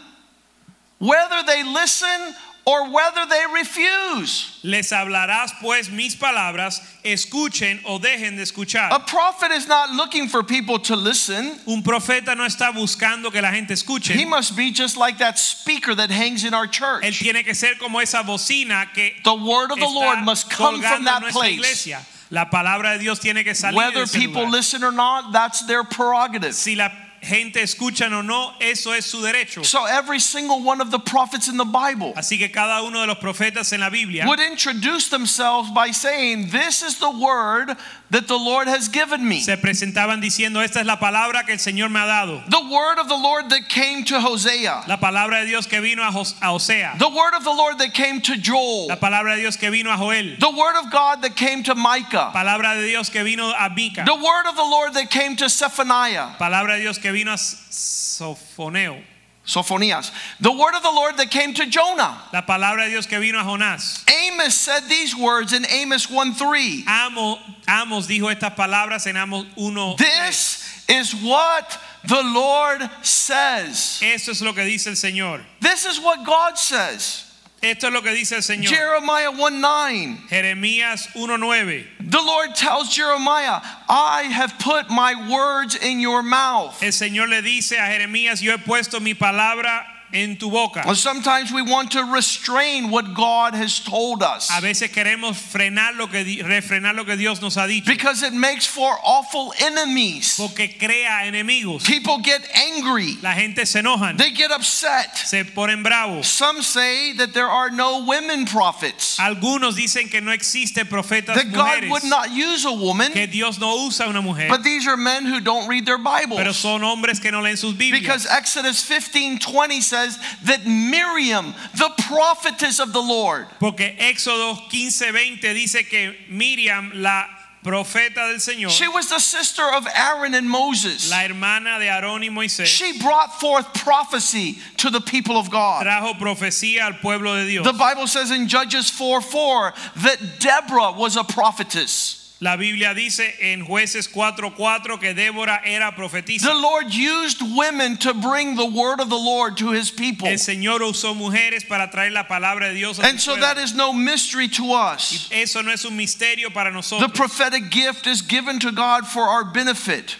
whether they listen or whether they refuse. les hablarás pues mis palabras, escuchen o dejen de A escuchar. prophet is not looking for people to listen. Un profeta no está buscando que la gente escuche. He must be just like that speaker that hangs in our Él church. tiene que ser como esa bocina que The word of the Lord must está come from colgando en that nuestra place. iglesia. La palabra de Dios tiene que salir de Whether ese people lugar. listen or not, that's their prerogative. Si la gente escucha o no, eso es su derecho. So every single one of the prophets in the Bible Así que cada uno de los profetas en la Biblia would introduce themselves by saying, This is the word that the Lord has given me. se presentaban diciendo, esta es la palabra que el Señor me ha dado, The word of the Lord that came to Hosea. la palabra de Dios que vino a, Jos- a Osea, The word of the Lord that came to Joel. la palabra de Dios que vino a Joel, The word of God that came to Micah. palabra de Dios que vino a Mica, The word of the Lord that came to Zephaniah. palabra de Dios que vino a S- Sofoneo, Sophonias. The word of the Lord that came to Jonah. la palabra de Dios que vino a Jonás. Amos said these words in Amos 1 3. Amo, Amos dijo estas palabras en Amos 1. This is what the Lord says. Esto es lo que dice el Señor. This is what God says. Esto es lo que dice el Señor. Jeremiah 1 9. Jeremías 1.9. The Lord tells Jeremiah, I have put my words in your mouth. El Señor le dice a Jeremías, yo he puesto mi palabra en tu boca. Well, sometimes we want to restrain what God has told us A veces queremos frenar lo que di- refrenar lo que Dios nos ha dicho because it makes for awful enemies. porque crea enemigos. People get angry, La gente se enojan, they get upset. se ponen bravos. Some say that there are no women prophets, Algunos dicen que no existe profetas that God mujeres, would not use a woman, que Dios no usa una mujer, but these are men who don't read their pero Bibles. son hombres que no leen sus Biblias. Because Exodus 15 20 says that Miriam, the prophetess of the Lord, Porque Éxodo 15:20 dice que Miriam, la profeta del Señor, she was the sister of Aaron and Moses. la hermana de Aarón y Moisés, She brought forth prophecy to the people of God. trajo profecía al pueblo de Dios. The Bible says in Judges 4 4 that Deborah was a prophetess. La Biblia dice en Jueces 4:4 que Débora era profetisa. The Lord used women to bring the word of the Lord to his people. El Señor usó mujeres para traer la palabra de Dios a And su so pueblo. that is no mystery to us. Eso no es un misterio para The nosotros. prophetic gift is given to God for our benefit,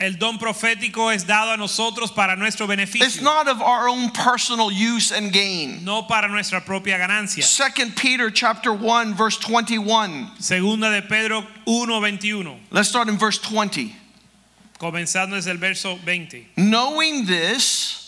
El don profético es dado a nosotros para nuestro it's beneficio, not of our own personal use and gain. no para nuestra propia ganancia. 2 Peter chapter 1 verse 21. Segunda de Pedro 1:21, Let's start in verse 20. comenzando desde el verso 20. Knowing this,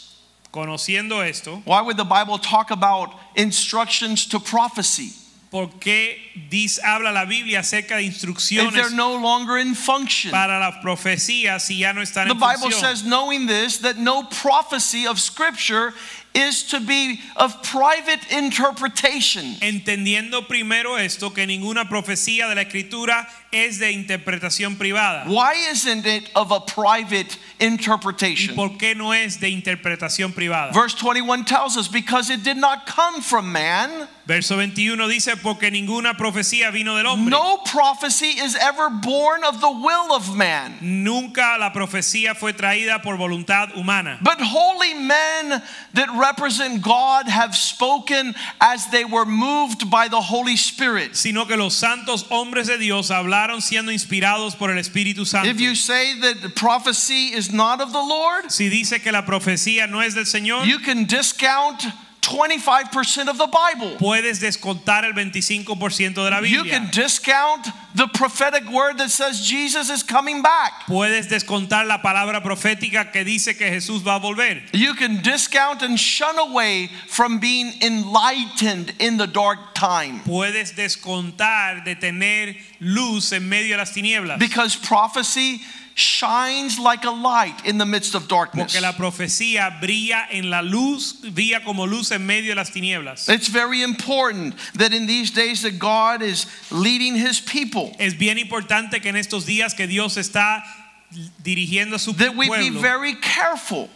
Conociendo esto, Why would the Bible talk about instructions to prophecy ¿por qué dis- habla la Biblia acerca de if instrucciones they're no longer in function? para las profecías si ya no están The en Bible función? says, knowing this, that no prophecy of Scripture is to be of private interpretation, Entendiendo primero esto, que ninguna profecía de la Escritura es de interpretación privada. why isn't it of a private ¿Y interpretation? por qué no es de interpretación privada? Verse 21 tells us, because it did not come from man, Verso 21 dice, porque ninguna profecía vino del hombre. no prophecy is ever born of the will of man. Nunca la profecía fue traída por voluntad humana. But holy men that represent God have spoken as they were moved by the Holy Spirit. sino que los santos hombres de Dios hablaron siendo inspirados por el Espíritu Santo. If you say that prophecy is not of the Lord, si dice que la profecía no es del Señor, you can discount 25% of the Bible. puedes descontar el 25% de la You Biblia. can discount the prophetic word that says Jesus is coming back. puedes descontar la palabra profética que dice que Jesús va a volver. You can discount and shun away from being enlightened in the dark time. Puedes descontar de tener luz en medio de las tinieblas. Because prophecy shines like a light in the midst of darkness. porque la profecía brilla en la luz, brilla como luz en medio de las tinieblas. It's very important that in these days that God is leading his people Es bien importante que en estos días que Dios está dirigiendo a su that we be pueblo very careful.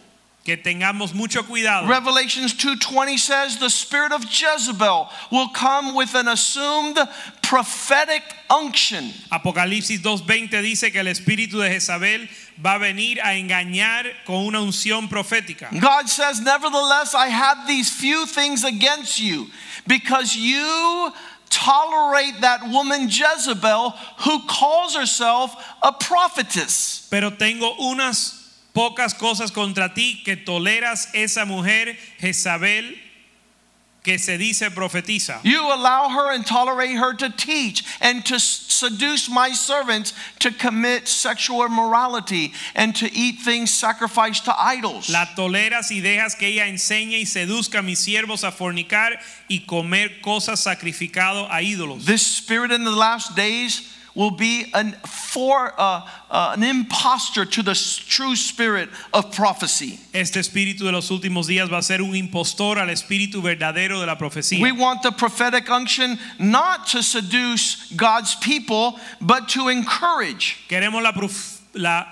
que tengamos mucho cuidado. Revelations 2:20 says the spirit of Jezebel will come with an assumed prophetic unction. Apocalipsis 2:20 dice que el espíritu de Jezabel va a venir a engañar con una unción profética. God says nevertheless I have these few things against you because you tolerate that woman Jezebel who calls herself a prophetess. Pero tengo unas pocas cosas contra ti que toleras esa mujer Jezabel que se dice profetiza. You allow her and tolerate her to teach and to s- seduce my servants to commit sexual immorality and to eat things sacrificed to idols. La toleras y dejas que ella enseñe y seduzca a mis siervos a fornicar y comer cosas sacrificado a ídolos. This spirit in the last days will be an for uh, uh, an impostor to the s- true spirit of prophecy. Este espíritu de los últimos días va a ser un impostor al espíritu verdadero de la profecía. We want the prophetic unction not to seduce God's people, but to encourage. Queremos la, prof- la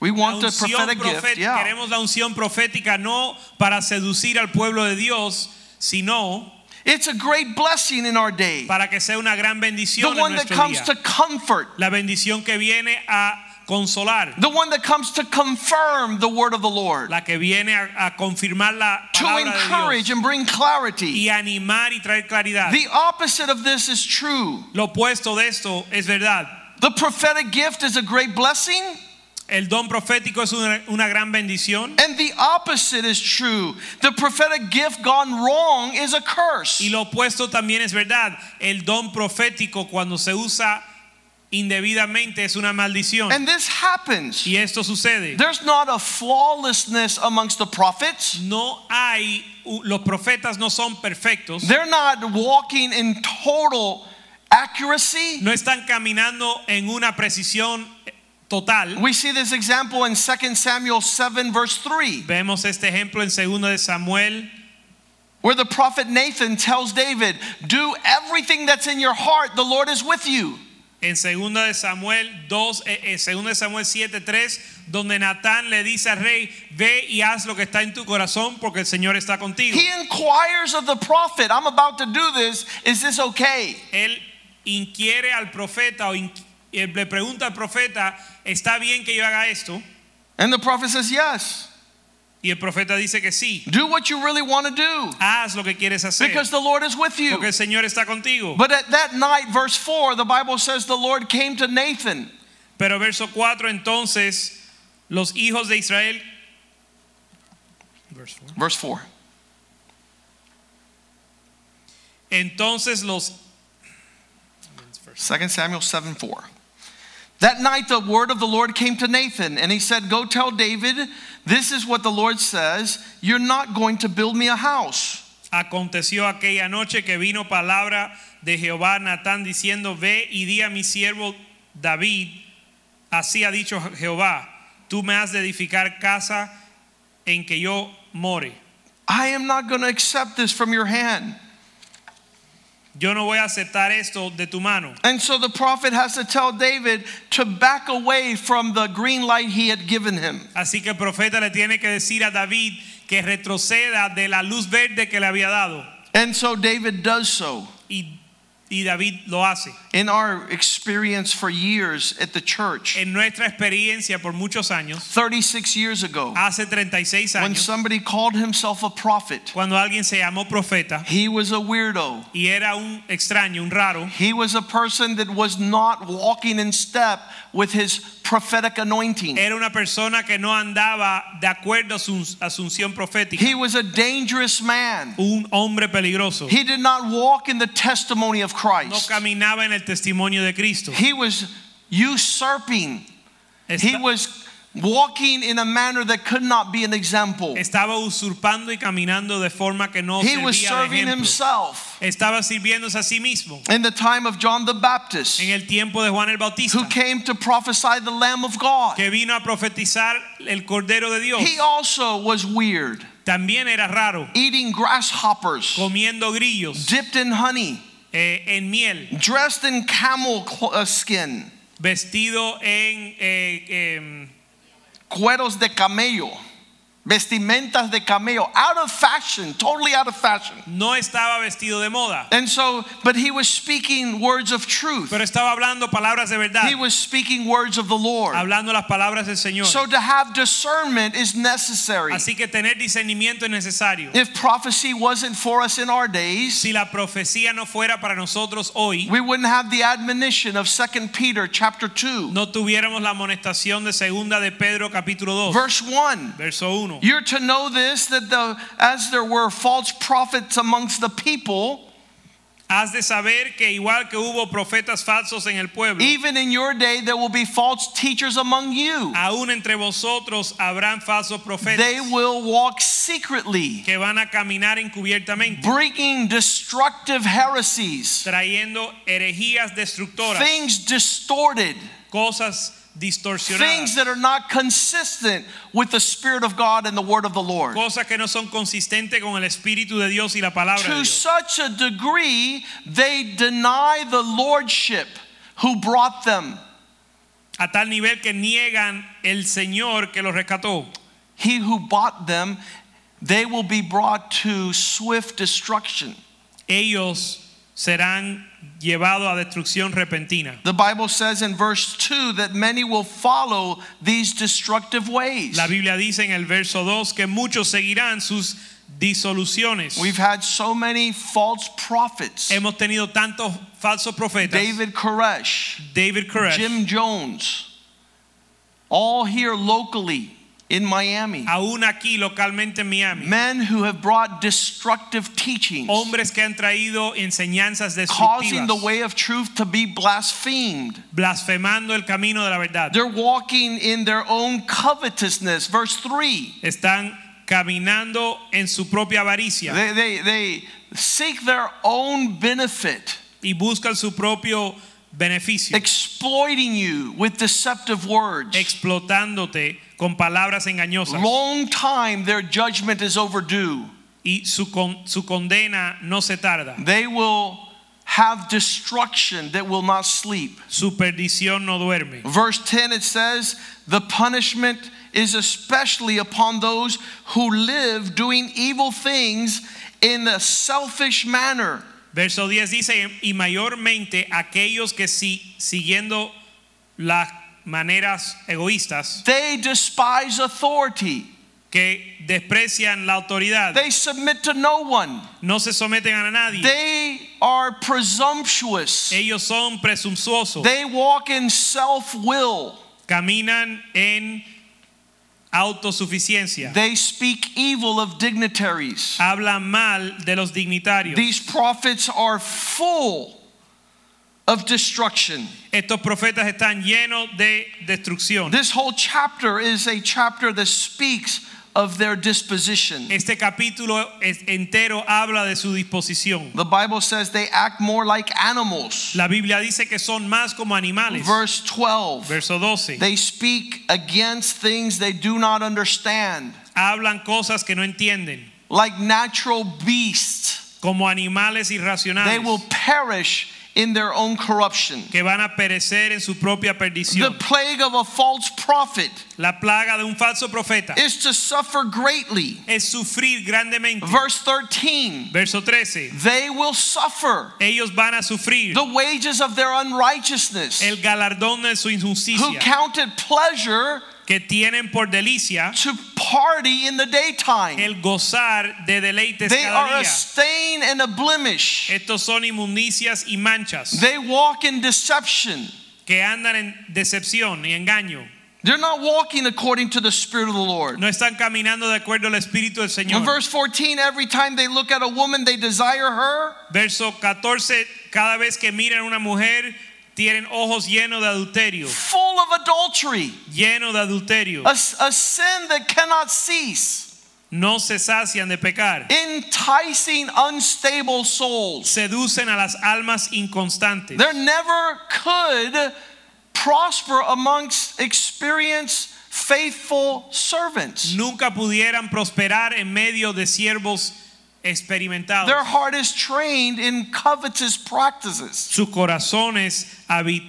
We want the unción prophetic gift. profética. Yeah. Queremos la unción profética no para seducir al pueblo de Dios, sino It's a great blessing in our day. para que sea una gran The bendición en one that nuestro comes día. to comfort. La bendición que viene a consolar, The one that comes to confirm the word of the Lord, la que viene a, a confirmar la to palabra de encourage Dios and bring clarity. y animar y traer claridad. The opposite of this is true. Lo opuesto de esto es verdad. The prophetic gift is a great blessing, El don profético es una, una gran bendición. And the opposite is true. The prophetic gift gone wrong is a curse. Y lo opuesto también es verdad. El don profético cuando se usa indebidamente es una maldición. And this happens. Y esto sucede. There's not a flawlessness amongst the prophets. No hay, u- los profetas no son perfectos. They're not walking in total accuracy. No están caminando en una precisión eh, total. We see this example in 2 Samuel 7, verse 3, Vemos este ejemplo en 2 de Samuel where the prophet Nathan tells David, Do everything that's in your heart, the Lord is with you. En 2 de Samuel 2, eh, eh, segunda de Samuel 7, 3, donde Natán le dice al rey, ve y haz lo que está en tu corazón porque el Señor está contigo. He inquires of the prophet, I'm about to do this, is this okay? Él inquiere al profeta o inqu- eh, le pregunta al profeta, ¿está bien que yo haga esto? And the prophet says, Yes. Y el profeta dice que sí, Do what you really want to do haz lo que quieres hacer because the Lord is with you. porque el Señor está contigo. But at that night, verse 4, the Bible says the Lord came to Nathan. Pero verso 4 entonces, los hijos de Israel... Verse 4. Verse 4. Entonces los... 2 Samuel 7 4. That night the word of the Lord came to Nathan, and he said, Go tell David, this is what the Lord says, you're not going to build me a house. Aconteció aquella noche que vino palabra de Jehová a Natán diciendo, ve y di a mi siervo David, así ha dicho Jehová, tú me has de edificar casa en que yo more. I am not going to accept this from your hand. Yo no voy a aceptar esto de tu mano. And so the prophet has to tell David to back away from the green light he had given him. Así que el profeta le tiene que decir a David que retroceda de la luz verde que le había dado. And so David does so. Y, y David lo hace. In our experience for years at the church, En nuestra experiencia por muchos años, 36 years ago, hace 36 when años, somebody called himself a prophet, cuando alguien se llamó profeta, he was a weirdo. y era un extraño, un raro. He was a person that was not walking in step with his prophetic anointing. Era una persona que no andaba de acuerdo a su asunción profética. He was a dangerous man. Un hombre peligroso. He did not walk in the testimony of No Christ. caminaba en el testimonio de Cristo. He was usurping. He Esta- was walking in a manner that could not be an example. estaba usurpando y caminando de forma que no He was servía de serving ejemplo. himself Estaba sirviéndose a sí mismo in the time of John the Baptist, en el tiempo de Juan el Bautista, who came to prophesy the Lamb of God. que vino a profetizar el Cordero de Dios. He also was weird, También era raro, eating grasshoppers, comiendo grillos dipped in honey. eh, en miel, dressed in camel cl- uh, skin, vestido en... eh, em, cueros de camello, vestimentas de camello, out of fashion, totally out of fashion. no estaba vestido de moda. And so, but he was speaking words of truth. Pero estaba hablando palabras de verdad, He was speaking words of the Lord. hablando las palabras del Señor. So to have discernment is necessary. Así que tener discernimiento es necesario. If prophecy wasn't for us in our days, Si la profecía no fuera para nosotros hoy, we wouldn't have the admonition of 2 Peter chapter 2, no tuviéramos la amonestación de segunda de Pedro capítulo 2, verse 1. verso 1. You're to know this that the, as there were false prophets amongst the people, Has de saber que igual que hubo profetas falsos en el pueblo, Even in your day, there will be false teachers among you. aún entre vosotros habrán falsos profetas They will walk secretly, que van a caminar encubiertamente, bringing destructive heresies, trayendo herejías destructoras, things distorted, cosas distorsionadas. things that are not consistent with the Spirit of God and the Word of the Lord. cosas que no son consistentes con el espíritu de Dios y la palabra de To Dios. such a degree, they deny the Lordship who brought them. a tal nivel que niegan el Señor que los rescató. He who bought them, they will be brought to swift destruction. Ellos serán llevados a destrucción repentina. The Bible says in verse 2 that many will follow these destructive ways. La Biblia dice en el verso 2 que muchos seguirán sus disoluciones. We've had so many false prophets Hemos tenido tantos falsos profetas. David Koresh, David Koresh, Jim Jones, all here locally in Miami. aún aquí localmente en Miami. Men who have brought destructive teachings, Hombres que han traído enseñanzas causing destructivas, the way of truth to be blasphemed. blasfemando el camino de la verdad. They're walking in their own covetousness. Verse 3. Están caminando en su propia avaricia They, they, they seek their own benefit, y buscan su propio beneficio, exploiting you with deceptive words. explotándote con palabras engañosas. Long time their judgment is overdue. Y su, con- su condena no se tarda. They will have destruction that will not sleep. Su perdición no duerme. Verse 10 it says, The punishment is especially upon those who live doing evil things in a selfish manner. Verso 10 dice, y mayormente aquellos que sí, siguiendo las maneras egoístas, They despise authority, que desprecian la autoridad, they submit to no one, no se someten a nadie, they are presumptuous, ellos son presuntuosos, they walk in self will, caminan en autosuficiencia, they speak evil of dignitaries. hablan mal de los dignitarios. These prophets are full of destruction. Estos profetas están llenos de destrucción. This whole chapter is a chapter that speaks of their disposition. Este capítulo es- entero habla de su disposición. The Bible says they act more like animals. La Biblia dice que son más como animales. Verse 12. Verso 12. They speak against things they do not understand, hablan cosas que no entienden, like natural beasts. como animales They irracionales will perish in their own corruption. que van a perecer en su propia The perdición. plague of a false prophet La plaga de un falso profeta is to suffer greatly. es sufrir grandemente. Verse 13. Verso 13. They will suffer Ellos van a sufrir the wages of their unrighteousness. el galardón de su who injusticia counted pleasure que tienen por delicia to party in the daytime. el gozar de deleites They cada are a día. stain and a blemish. Estos son inmundicias y manchas They walk in deception. que andan en decepción y engaño. They're not walking according to the Spirit of the Lord. No están caminando de acuerdo al Espíritu del In Señor. verse 14, every time they look at a woman, they desire her. Verso 14, cada vez que miran a una mujer tienen ojos llenos de adulterio, Full of adultery, llenos de adulterio. a, a sin that cannot cease, No se sacian de pecar. enticing unstable souls. Seducen a las almas inconstantes. There never could prosper amongst experienced, faithful servants. Nunca pudieran prosperar en medio de siervos experimentados. Their heart is trained in covetous practices. Sus corazones habi-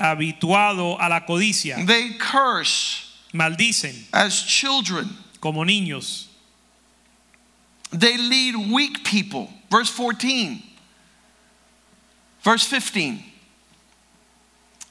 habituado a la codicia. They curse Maldicen as children. como niños. They lead weak people. Verse 14. Verse 15.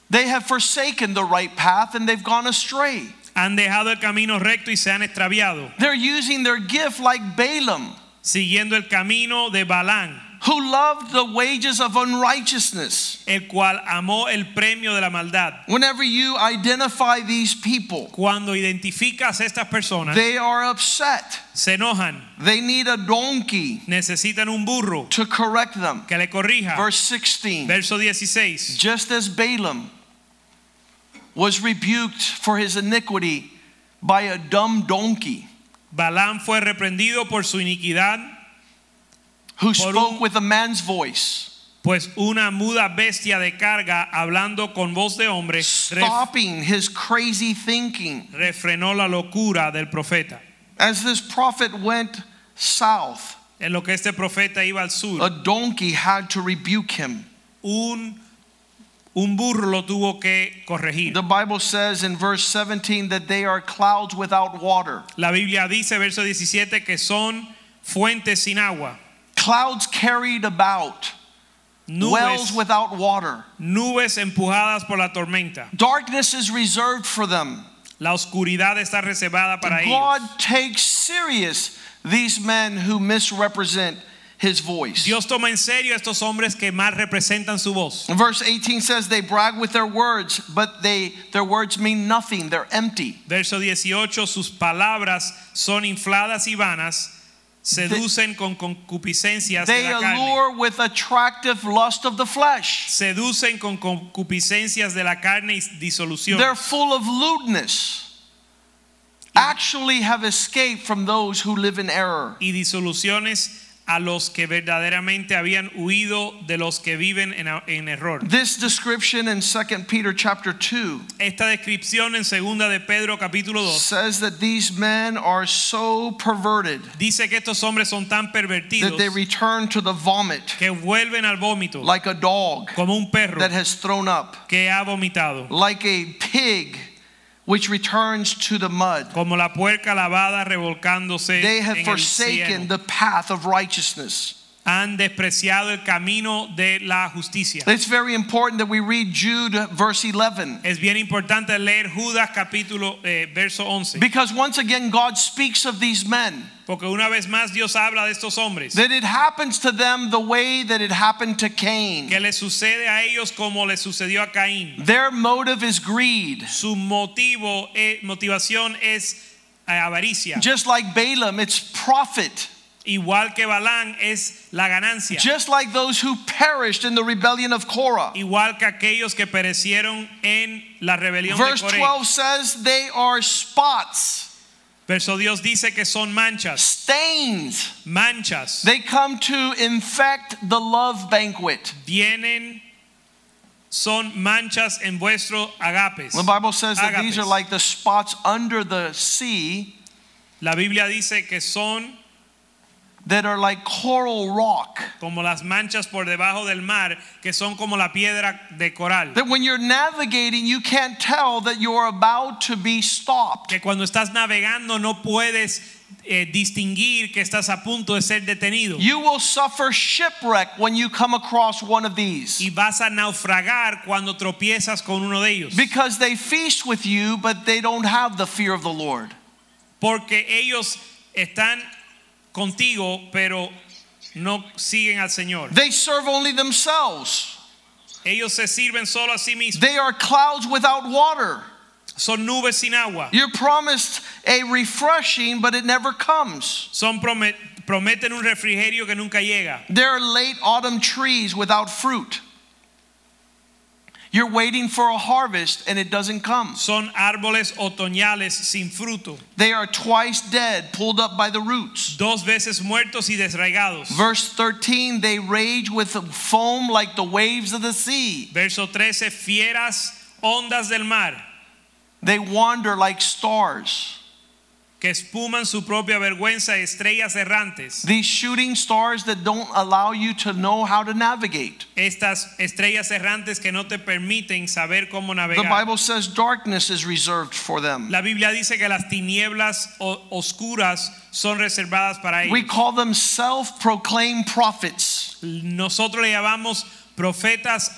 They have forsaken the right path and they've gone astray. Han dejado el camino recto y se han extraviado, They're using their gift like Balaam, siguiendo el camino de Balán. who loved the wages of unrighteousness. el cual amó el premio de la maldad. Whenever you identify these people, Cuando identificas a estas personas, they are upset. se enojan, They need a donkey necesitan un burro to correct them. que le corrija. Verse 16. Verso 16. Just as Balaam was rebuked for his iniquity by a dumb donkey Balán fue reprendido por su iniquidad, who Por un- spoke with a man's voice, pues una muda bestia de carga hablando con voz de hombre ref- stopping his crazy thinking. refrenó la locura del profeta. As this prophet went south, En lo que este profeta iba al a sur, donkey had to rebuke him. un, un burro lo tuvo que corregir. The Bible says in verse 17 that they are clouds without water. La Biblia dice, verso 17, que son fuentes sin agua. Clouds carried about, wells nubes, without water. nubes empujadas por la tormenta. Darkness is reserved for them. La oscuridad está reservada para ellos. God takes serious these men who misrepresent his voice. Dios toma en serio a estos hombres que más representan su voz. Verse 18 says they brag with their words, but they their words mean nothing. They're empty. Verso 18, sus palabras son infladas y vanas, seducen con concupiscencias de They la carne. allure with attractive lust of the flesh. Seducen con concupiscencias de la carne y disolución. They're full of lewdness. Actually have escaped from those who live in error. y disoluciones a los que verdaderamente habían huido de los que viven en, en error. This description in 2 Peter chapter 2 Esta descripción en segunda de Pedro capítulo 2 says that these men are so perverted dice que estos hombres son tan that pervertidos they return to the vomit que vuelven al vómito like a dog como un perro that has thrown up. que ha vomitado, like a pig which returns to the mud. como la puerca lavada revolcándose They have en el forsaken cieno. the path of righteousness. Han despreciado el camino de la justicia. It's very important that we read Jude verse 11 Es bien importante leer Judas capítulo eh, verso 11, because once again God speaks of these men porque una vez más Dios habla de estos hombres. that it happens to them the way that it happened to Cain. que le sucede a ellos como le sucedió a Caín. Their motive is greed. Su motivo, eh, motivación es eh, avaricia. Just like Balaam, it's profit. Igual que Balán es la ganancia. Just like those who perished in the rebellion of Korah. Igual que aquellos que perecieron en la rebelión Verse de Coré. 12 says they are spots, Verso Dios dice que son manchas, stains. manchas. They come to infect the love banquet. Vienen, son manchas en vuestro agapes. The Bible says that these Agapes. are like the spots under the sea La Biblia dice que son that are like coral rock. como las manchas por debajo del mar, que son como la piedra de coral. That when you're navigating, you can't tell that you're about to be stopped. que cuando estás navegando no puedes eh, distinguir que estás a punto de ser detenido You will suffer shipwreck when you come across one of y these vas a naufragar cuando tropiezas con uno de ellos because they feast with you, but they don't have the fear of the Lord. porque ellos están contigo pero no siguen al Señor They serve only themselves, ellos se sirven solo a sí mismos they are clouds without water. son nubes sin agua You're promised a refreshing, but it never comes. son prome- prometen un refrigerio que nunca llega There are late autumn trees without fruit. You're waiting for a harvest and it doesn't come. son árboles otoñales sin fruto They are twice dead, pulled up by the roots. dos veces muertos y desraigados Verse 13, they rage with foam like the waves of the sea. verso 13 fieras ondas del mar They wander like stars. que espuman su propia vergüenza estrellas errantes. These shooting stars that don't allow you to know how to navigate. Estas estrellas errantes que no te permiten saber cómo The navegar. Bible says darkness is reserved for them. La Biblia dice que las tinieblas o- oscuras son reservadas para We ellos. call them self proclaimed prophets, Nosotros le llamamos profetas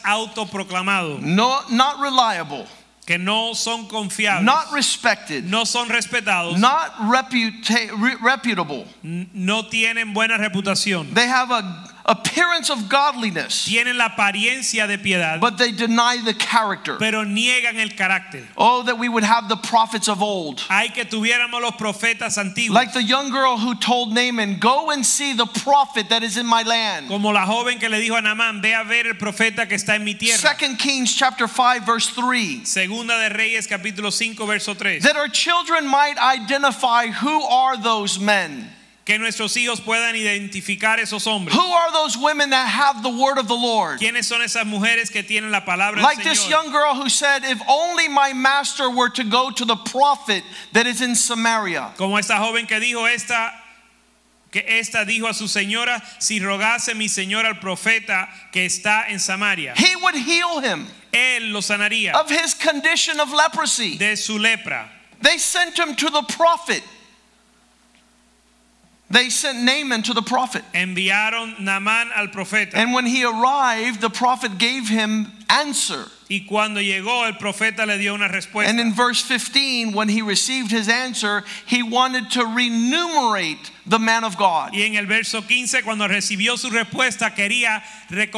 autoproclamados, no, not reliable, que no son confiables, not respected, no son respetados, not reputa- re- reputable. n- no tienen buena reputación, They have a appearance of godliness, tienen la apariencia de piedad, but they deny the character. pero niegan el carácter. Oh, that we would have the prophets of old. Hay que tuviéramos los profetas antiguos. Like the young girl who told Naaman, Go and see the prophet that is in my land. Como la joven que le dijo a Naamán, ve a ver el profeta que está en mi tierra. Second Kings chapter 5, verse 3. Segunda de Reyes capítulo 5 verso 3. That our children might identify who are those men, Que nuestros hijos puedan identificar esos hombres. who are those women that have the word of the Lord. ¿Quiénes son esas mujeres que tienen la palabra Like del this Señor? young girl who said, If only my master were to go to the prophet that is in Samaria. Como esta joven que dijo esta que esta dijo a su señora, si rogase mi señor al profeta que está en Samaria, He would heal him él lo sanaría of his condition of leprosy. de su lepra. They sent him to the prophet. They sent Naaman to the prophet. Enviaron Naamán al profeta. And when he arrived, the prophet gave him answer. y cuando llegó, el profeta le dio una respuesta. And in verse 15, when he received his answer, he wanted to remunerate the man of God. y en el verso 15, cuando recibió su respuesta, quería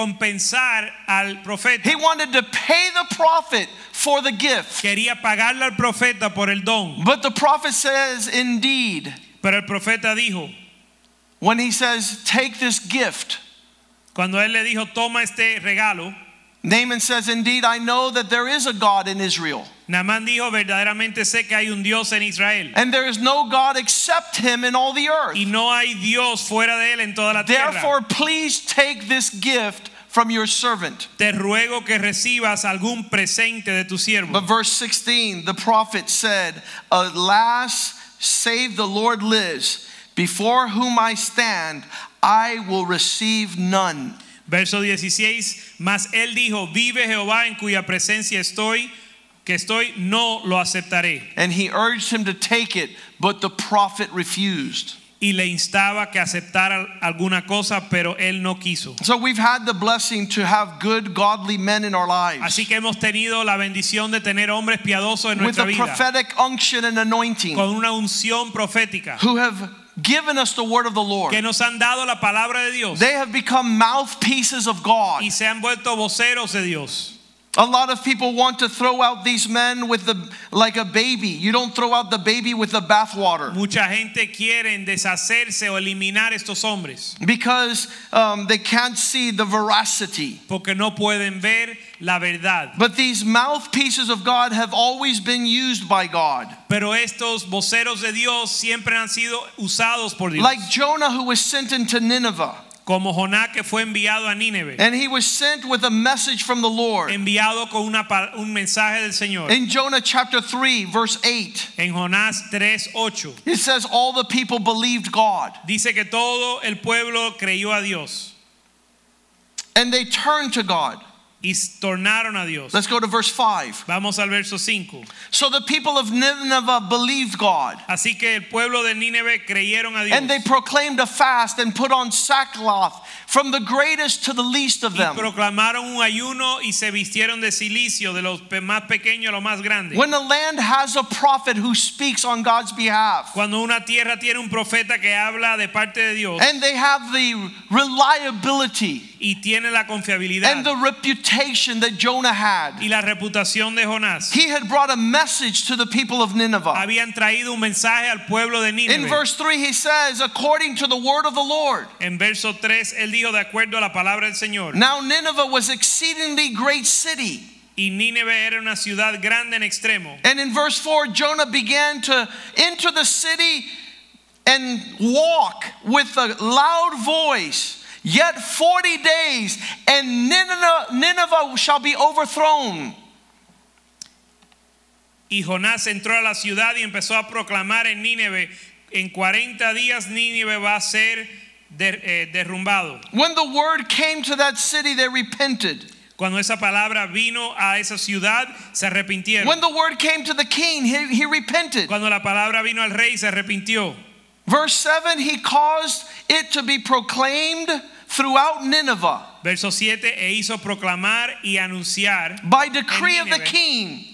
recompensar al profeta. He wanted to pay the prophet for the gift. quería pagarle al profeta por el don. But the prophet says, Indeed, Pero el profeta dijo, when he says, Take this gift, cuando él le dijo, toma este regalo, Naaman says, Indeed, I know that there is a God in Israel, Naamán dijo, verdaderamente sé que hay un Dios en Israel. and there is no God except him in all the earth. Y no hay Dios fuera de él en toda la tierra. Therefore, please take this gift from your servant. Te ruego que recibas algún presente de tu But siervo. verse 16, the prophet said, Alas, save the Lord lives, before whom I stand, I will receive none. Verso 16, mas él dijo, vive Jehová en cuya presencia estoy, que estoy, no lo aceptaré. And he urged him to take it, but the prophet refused. Y le instaba que aceptara alguna cosa, pero él no quiso. So we've had the blessing to have good, godly men in our lives Así que hemos tenido la bendición de tener hombres piadosos en with nuestra a vida, prophetic unction and anointing con una unción profética, who have given us the word of the Lord. que nos han dado la palabra de Dios They have become mouthpieces of God. y se han vuelto voceros de Dios. A lot of people want to throw out these men with the like a baby. You don't throw out the baby with the bathwater Mucha gente quiere deshacerse o eliminar estos hombres because um, they can't see the veracity. porque no pueden ver la verdad. But these mouthpieces of God have always been used by God. Pero estos voceros de Dios siempre han sido usados por Dios. Like Jonah, who was sent into Nineveh, como Jonás que fue enviado a Nínive, and he was sent with a message from the Lord. enviado con una pa- un mensaje del Señor. In Jonah chapter 3, verse 8, en Jonás 3:8 it says, All the people believed God, dice que todo el pueblo creyó a Dios and they turned to God. y tornaron a Dios. Let's go to verse 5. Vamos al verso 5. So the people of Nineveh believed God. Así que el pueblo de Nínive creyeron a Dios. And they proclaimed a fast and put on sackcloth from the greatest to the least of y them. proclamaron un ayuno y se vistieron de silicio, de los pe- más pequeños a los más grandes. When a land has a prophet who speaks on God's behalf, Cuando una tierra tiene un profeta que habla de parte de Dios and they have the reliability y tiene la confiabilidad and the reputation that Jonah y had, la reputación de Jonás he had brought a message to the people of Nineveh. habían traído un mensaje al pueblo de In Nínive. verse 3, he says, according to the word of the Lord. En verso 3 él dijo de acuerdo a la palabra del Señor. Now, Nineveh was exceedingly great city. Y Nínive era una ciudad grande en extremo. And in verse 4, Jonah began to enter the city and walk with a loud voice. Yet 40 days, and Nineveh, Nineveh shall be overthrown. Y Jonás entró a la ciudad y empezó a proclamar en Nínive, en 40 días Nínive va a ser der- eh, derrumbado. When the word came to that city, they repented. Cuando esa palabra vino a esa ciudad, se arrepintieron. When the word came to the king, he, he repented. Cuando la palabra vino al rey, se arrepintió. Verse 7, he caused it to be proclaimed throughout Nineveh Verso 7, e hizo proclamar y anunciar by decree of the Nineveh. king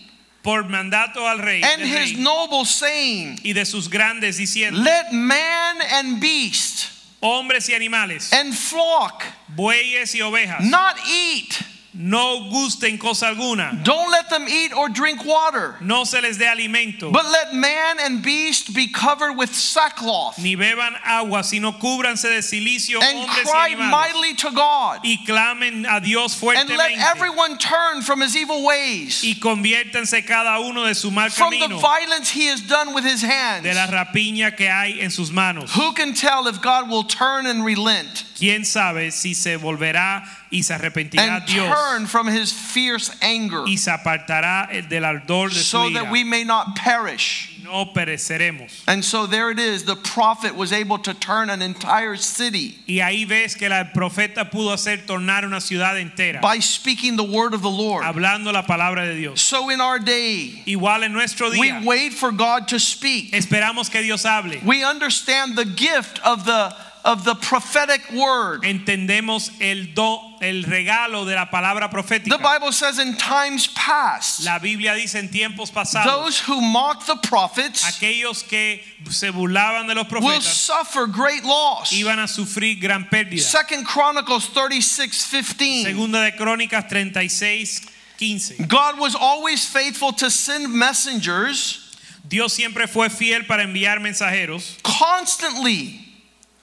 por mandato al rey, and del his rey nobles, saying, y de sus grandes diciendo, Let man and beast hombres y animales, and flock bueyes y ovejas, not eat. no gusten cosa alguna, Don't let them eat or drink water. no se les dé alimento, But let man and beast be covered with sackcloth ni beban agua, sino cúbranse de silicio and hombres y cry animales, mightily to God. y clamen a Dios And let fuertemente, everyone turn from his evil ways, y conviértanse cada uno de su mal from the camino, violence he has done with his de la hands. rapiña que hay en sus manos. Who can tell if God will turn and relent ¿Quién sabe si se volverá y se arrepentirá and Dios turn from his fierce anger y se apartará eh, del ardor de su so that ira we may not perish? no pereceremos. And so there it is. The prophet was able to turn an entire city Y ahí ves que la- el profeta pudo hacer tornar una ciudad entera by speaking the word of the Lord. hablando la palabra de Dios. So in our day, Igual en nuestro día we wait for God to speak. esperamos que Dios hable. We understand the gift of the of the prophetic word. Entendemos el do, el regalo de la palabra The profética. Bible says in times past, La Biblia dice en tiempos pasados those who mock the prophets aquellos que se burlaban de los will profetas suffer great loss. iban a sufrir gran pérdida. Second Chronicles 36, 15. Segunda de Crónicas 36, 15. God was always faithful to send messengers Dios siempre fue fiel para enviar mensajeros. constantly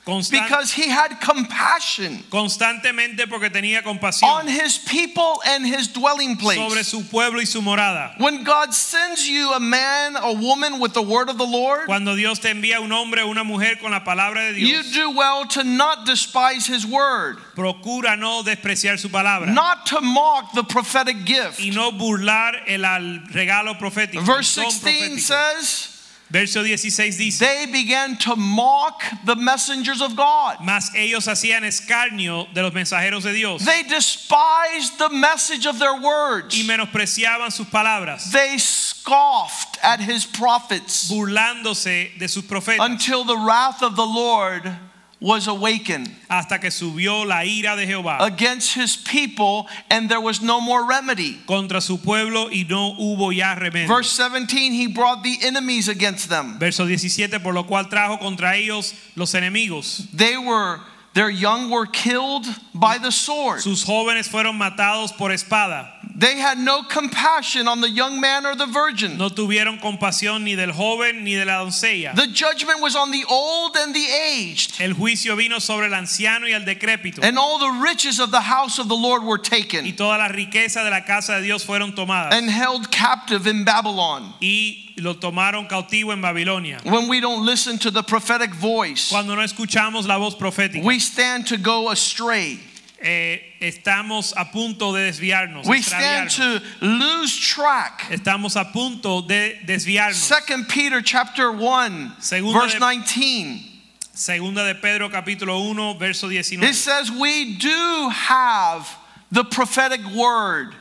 constan- because he had compassion constantemente porque tenía on compasión his people and his dwelling sobre place. su pueblo y su morada. When God sends you a man, a woman with the word of the Lord, Cuando Dios te envía un hombre o una mujer con la palabra de you Dios, do well to not despise his word, procura no despreciar su palabra not to mock the prophetic y gift. no burlar el al- regalo profético. Verse el don 16 profético. says, Verso 16 dice, They began to mock the messengers of God. mas ellos hacían escarnio de los mensajeros de Dios They despised the message of their y words. menospreciaban sus palabras, They scoffed at his prophets burlándose de sus profetas. until the wrath of the Lord was awakened. hasta que subió la ira de Jehová against his people and there was no more remedy. contra su pueblo y no hubo ya remedio. Verse 17, he brought the enemies against them. Verso 17, por lo cual trajo contra ellos los enemigos. They were, their young were killed by the sword. Sus jóvenes fueron matados por espada. They had no compassion on the young man or the virgin. No tuvieron compasión ni del joven ni de la doncella. The judgment was on the old and the aged, El juicio vino sobre el anciano y el decrépito. and all the riches of the house of the Lord were Y taken toda la riqueza de la casa de Dios fueron tomadas. and held captive in Babylon. Y lo tomaron cautivo en Babilonia. When we don't listen to the prophetic voice, Cuando no escuchamos la voz profética, we stand to go astray. eh, estamos a punto de desviarnos. We stand extraviarnos. to lose track Estamos a punto de desviarnos. Second Peter chapter 1 Segunda verse de- 19 Segunda de Pedro capítulo 1 verso 19. it says we do have the prophetic word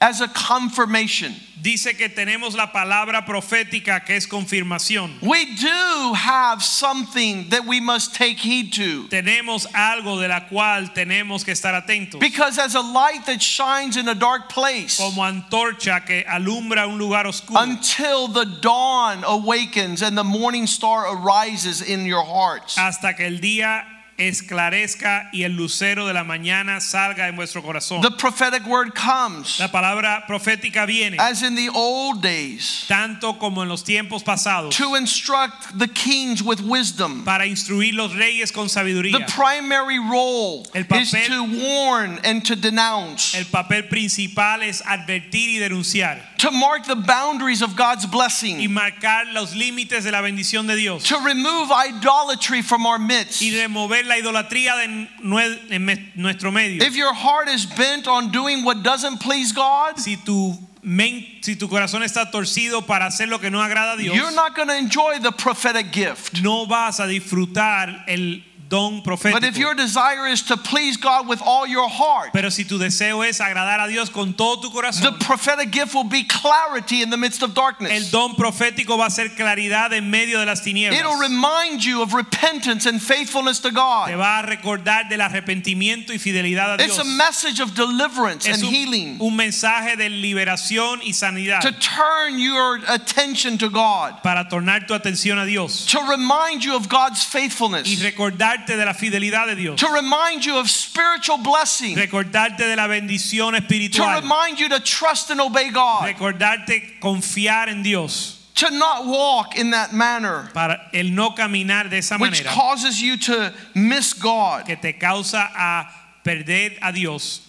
as a confirmation Dice que tenemos la palabra profética que es confirmación. we do have something that we must take heed to Tenemos algo de la cual tenemos que estar atentos. because as a light that shines in a dark place Como antorcha que alumbra un lugar oscuro until the dawn awakens and the morning star arises in your hearts hasta que el día esclarezca y el lucero de la mañana salga en vuestro corazón. the prophetic word comes La palabra profética viene as in the old days tanto como en los tiempos pasados to instruct the kings with wisdom para instruir los reyes con The sabiduría. primary role El is papel- to warn and to denounce, El papel principal es advertir y denunciar to mark the boundaries of God's y blessing, marcar los límites de la bendición de Dios to remove idolatry from our midst. y remover la idolatría de nue- en me- nuestro medio. If your heart is bent on doing what doesn't please God, Si tu men- si tu corazón está torcido para hacer lo que no agrada a Dios, you're not going to enjoy the prophetic gift. no vas a disfrutar el don But if your profético. desire is to please God with all your heart, Pero si tu deseo es agradar a Dios con todo tu the corazón, prophetic gift will be clarity in the midst of el darkness. don profético va a ser claridad en medio de las It'll tinieblas. remind you of repentance and faithfulness to Te God. va a recordar del arrepentimiento y fidelidad a It's Dios. a message of deliverance and es healing. un, un mensaje de liberación y sanidad to turn your attention to God, para tornar tu atención a Dios to remind you of God's y faithfulness, recordarte de la fidelidad de Dios, to remind you of spiritual blessing, recordarte de la bendición to espiritual, remind you to trust and obey God, recordarte confiar en Dios to not walk in that manner para el no caminar de esa which manera causes you to miss God. que te causa a perder a Dios.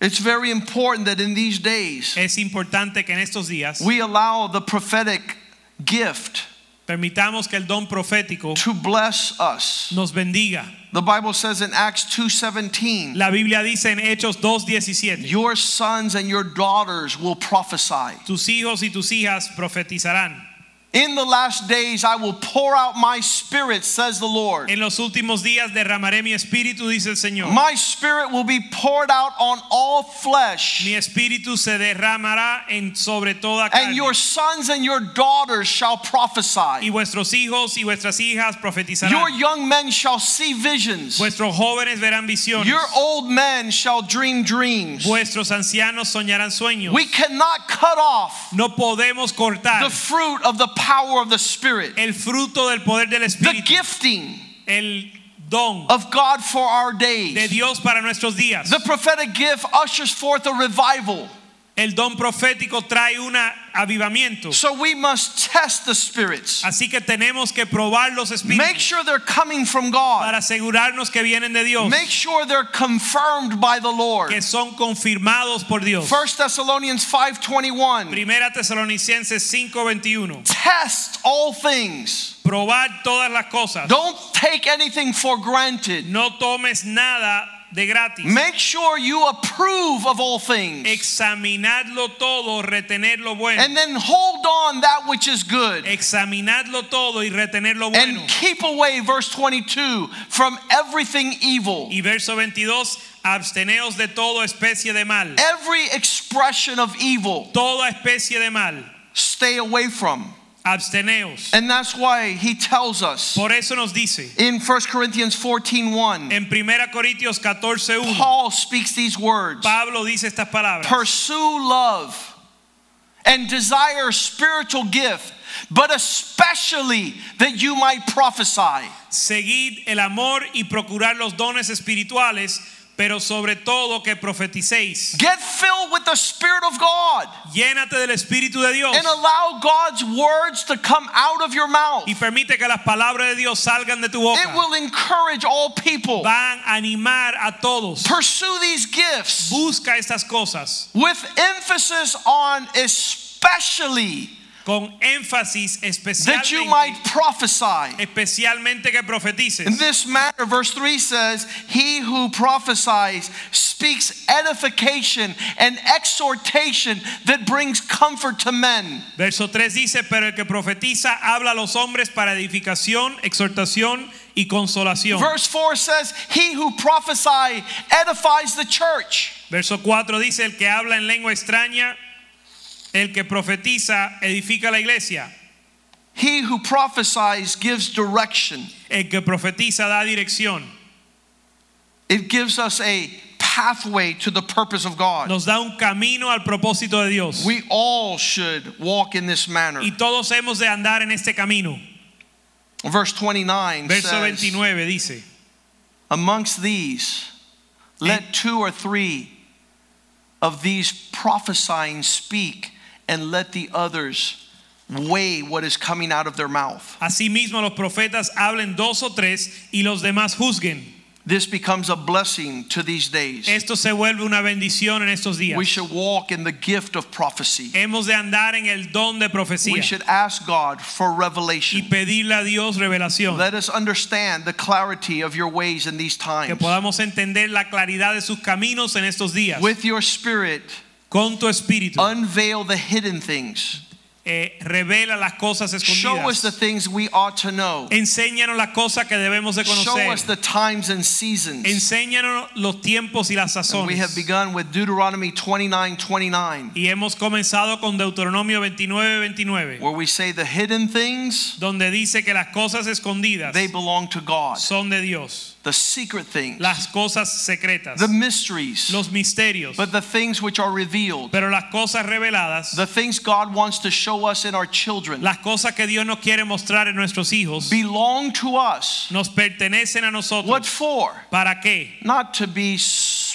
It's very important that in these days Es importante que en estos días we allow the prophetic gift permitamos que el don profético to bless us. nos bendiga. The Bible says in Acts 2:17, La Biblia dice en Hechos 2:17, your sons and your daughters will prophesy. tus hijos y tus hijas profetizarán. In the last days I will pour out my spirit, says the Lord. En los últimos días derramaré mi espíritu, dice el Señor. My spirit will be poured out on all mi flesh, espíritu se derramará en sobre toda carne. and your sons and your daughters shall y prophesy. vuestros hijos y vuestras hijas profetizarán. Your young men shall see visions, vuestros jóvenes verán visiones. your old men shall dream dreams. vuestros ancianos soñarán sueños. We cannot cut off no podemos cortar the fruit of the power of the Spirit, el fruto del poder del the espíritu, gifting el don of God for our de days. Dios para nuestros días. The prophetic gift ushers forth a revival. el don profético trae un avivamiento. So we must test the spirits. Así que tenemos que probar los espíritus Make sure they're coming from God. para asegurarnos que vienen de Dios, Make sure they're confirmed by the Lord. que son confirmados por Dios. 1 Thessalonians 5:21. Primera Tesalonicenses 5:21. Test all things. Probar todas las cosas. Don't take anything for granted. No tomes nada de gratis. Make sure you approve of all things. Examinadlo todo, retener lo And bueno. then hold on that which is good. Examinadlo todo y retener lo bueno. And keep away verse 22 from everything evil. Y verso 22, absteneos de toda especie de mal. Every expression of evil, Toda especie de mal, stay away from. absteneos. And that's why he tells us Por eso nos dice in 1 Corinthians 14:1. en 1 Corintios 14:1, Paul speaks these words Pablo dice estas palabras. Pursue love and desire spiritual gift, but especially that you might prophesy. Seguid el amor y procurar los dones espirituales, pero sobre todo que profeticéis. Get filled with the Spirit of God Llénate del Espíritu de Dios and allow God's words to come out of your mouth. y permite que las palabras de Dios salgan de tu It boca. will encourage all people. Van a animar a todos. Pursue these gifts Busca estas cosas with emphasis on especially con énfasis especial that you might prophesy. especialmente que In profetices. this matter, verse 3 says, He who prophesies speaks edification and exhortation that brings comfort to men. Verso 3 dice, pero el que profetiza habla a los hombres para edificación, exhortación y consolación. Verse 4 says, He who prophesies edifies the church. Verso 4 dice, el que habla en lengua extraña, el que profetiza edifica la iglesia, He who prophesies gives direction. el que profetiza da dirección, It gives us a pathway to the purpose of God. nos da un camino al propósito de Dios. We all should walk in this manner. Y todos hemos de andar en este camino. Verse 29 Verso says, 29 dice, Amongst these, let two or three of these prophesying speak, and let the others weigh what is coming out of their mouth. Asimismo los profetas hablen dos o tres y los demás juzguen. This becomes a blessing to these days. Esto se vuelve una bendición en estos días. We should walk in the gift of prophecy. Hemos de andar en el don de We profecía should ask God for y revelation. pedirle a Dios revelación, Let us understand the clarity of your ways in these que times. podamos entender la claridad de sus caminos en estos días. With your spirit, Con tu espíritu unveil the hidden things. eh, revela las cosas Show us the escondidas. things we ought to know. Enséñanos las cosas que debemos de Show us conocer. the times and seasons. Enséñanos los tiempos y las And we have sazones. begun with Deuteronomy 29 29, Y hemos comenzado con Deuteronomio 29, 29, where we say the hidden things, donde dice que las cosas escondidas they belong to God. son de Dios. The secret things, Las cosas secretas, the mysteries, los misterios, but the things which are revealed, pero las cosas reveladas, the things God wants to show us in our children, las cosas que Dios nos quiere mostrar en nuestros hijos, belong to us. nos pertenecen a nosotros. What for? ¿Para qué? Not to be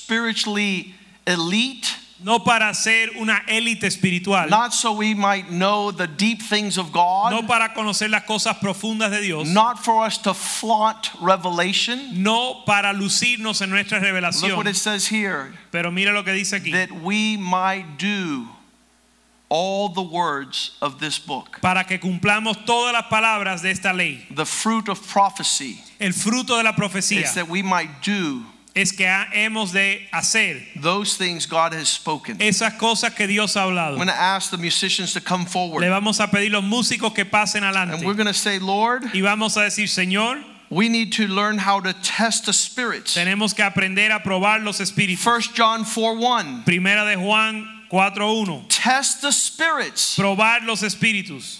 spiritually elite, No para ser una élite espiritual, not so we might know the deep things of no God, para conocer las cosas profundas de Dios, not for us to flaunt revelation. no para lucirnos en nuestra Look what revelación. it says here Pero mira lo que dice aquí. that we might do all the words of this book. Para que cumplamos todas las palabras de esta ley. The fruit of prophecy El fruto de la profecía is that we might do es que ha- hemos de hacer those things God has spoken. esas cosas que Dios ha hablado. I'm going to ask the musicians to come Le forward. vamos a pedir los músicos que pasen And adelante. we're going to say, Lord, Y vamos a decir, Señor, we need to learn how to test the spirits. tenemos que aprender a probar los espíritus. 1 John 4 1. Primera de Juan 4.1. Test the spirits. Probar los espíritus.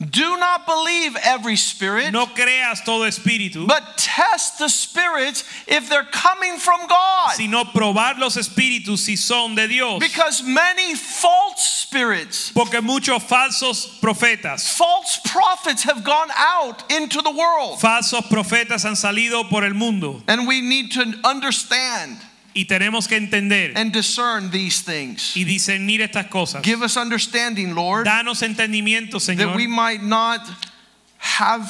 Do not believe every spirit, No creas todo espíritu, but test the spirits if they're coming from God. sino probar los espíritus si son de Dios. Because many false spirits, Porque muchos falsos profetas, false prophets have gone out into the world. falsos profetas han salido por el mundo And we need to understand y tenemos que entender and discern these things. y discernir estas cosas. Give us understanding, Lord, Danos entendimiento, that Señor, we might not have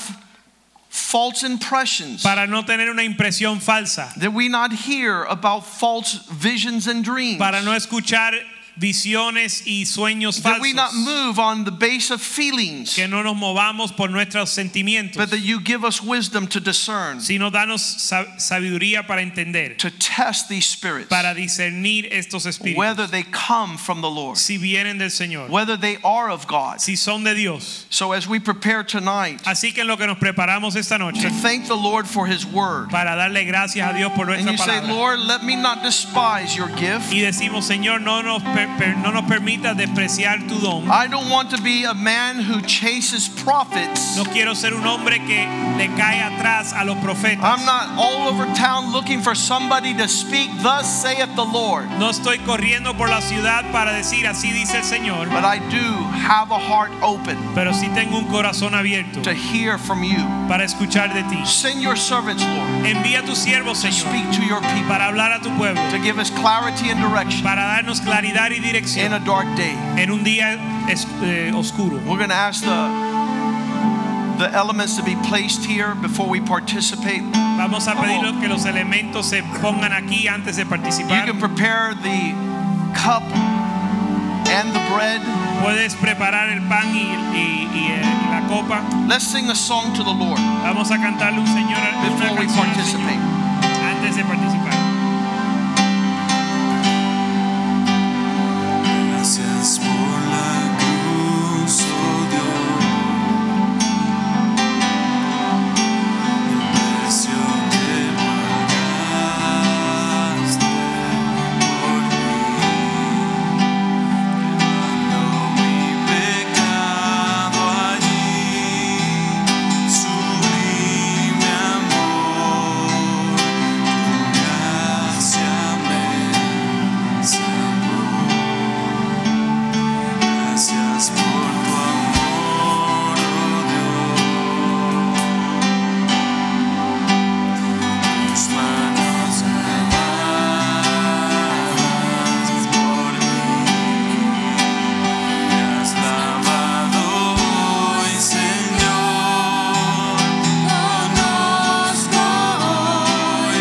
false impressions, para no tener una impresión falsa, that we not hear about false visions and dreams, para no escuchar visiones y sueños that we not falsos, move on the base of feelings, que no nos movamos por nuestros sentimientos, but that you give us wisdom to discern, sino danos sab- sabiduría para entender, to test these spirits, para discernir estos espíritus, whether they come from the Lord, si vienen del Señor, whether they are of God. si son de Dios. So as we prepare tonight Así que en lo que nos preparamos esta noche, to thank the Lord for his word, para darle gracias a Dios por and nuestra you say, palabra. Lord, let me not despise your gift. Y decimos, Señor, no nos, per- per- no nos permitas despreciar tu don. I don't want to be a man who chases prophets. No quiero ser un hombre que le cae atrás a los profetas. I'm not all over town looking for somebody to speak, thus saith the Lord. No estoy corriendo por la ciudad para decir así dice el Señor, But I do have a heart open pero sí tengo un corazón abierto to hear from you. para escuchar de ti. Send your servants, Lord, Envía a tu siervo, to Señor, speak to your people, para hablar a tu pueblo, to give us clarity and direction para darnos claridad y in dirección a dark day. en un día es- eh, oscuro. We're going to ask the the elements to be placed here before we participate. You Vamos a pedir que los elementos se pongan aquí antes de participar. can prepare the cup and the bread. Puedes preparar el pan y, y- y, eh, la copa. Let's sing a song to the Lord Vamos a cantarle un señor una before we canción al Señor participate. antes de participar. Gracias por la cruz, oh Dios, el precio que pagaste por mí, llevando mi pecado allí, sublime amor, tu gracia me salvó. Gracias por tu amor, oh Dios. Tus manos clavadas por mí. Me has lavado hoy, Señor. Conozco hoy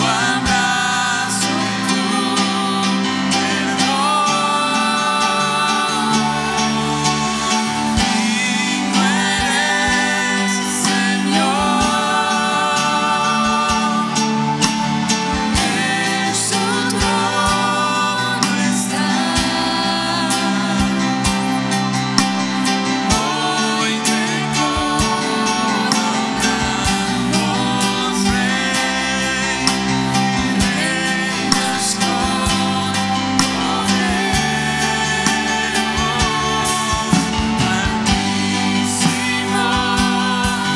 tu abrazo y tu perdón. Digno eres, Señor, en su trono está. Hoy te coronamos, Rey, reinas con poder. Santísimo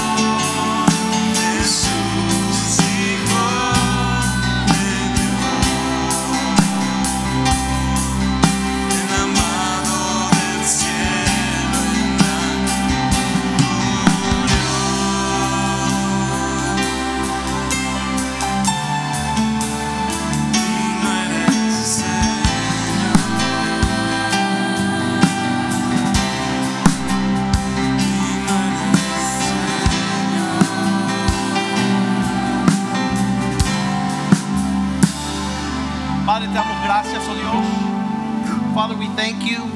Señor, Jesús, Hijo de Dios, el amado del cielo en la gloria, digno eres, Señor. Padre, te damos gracias, oh Dios. Father, we thank you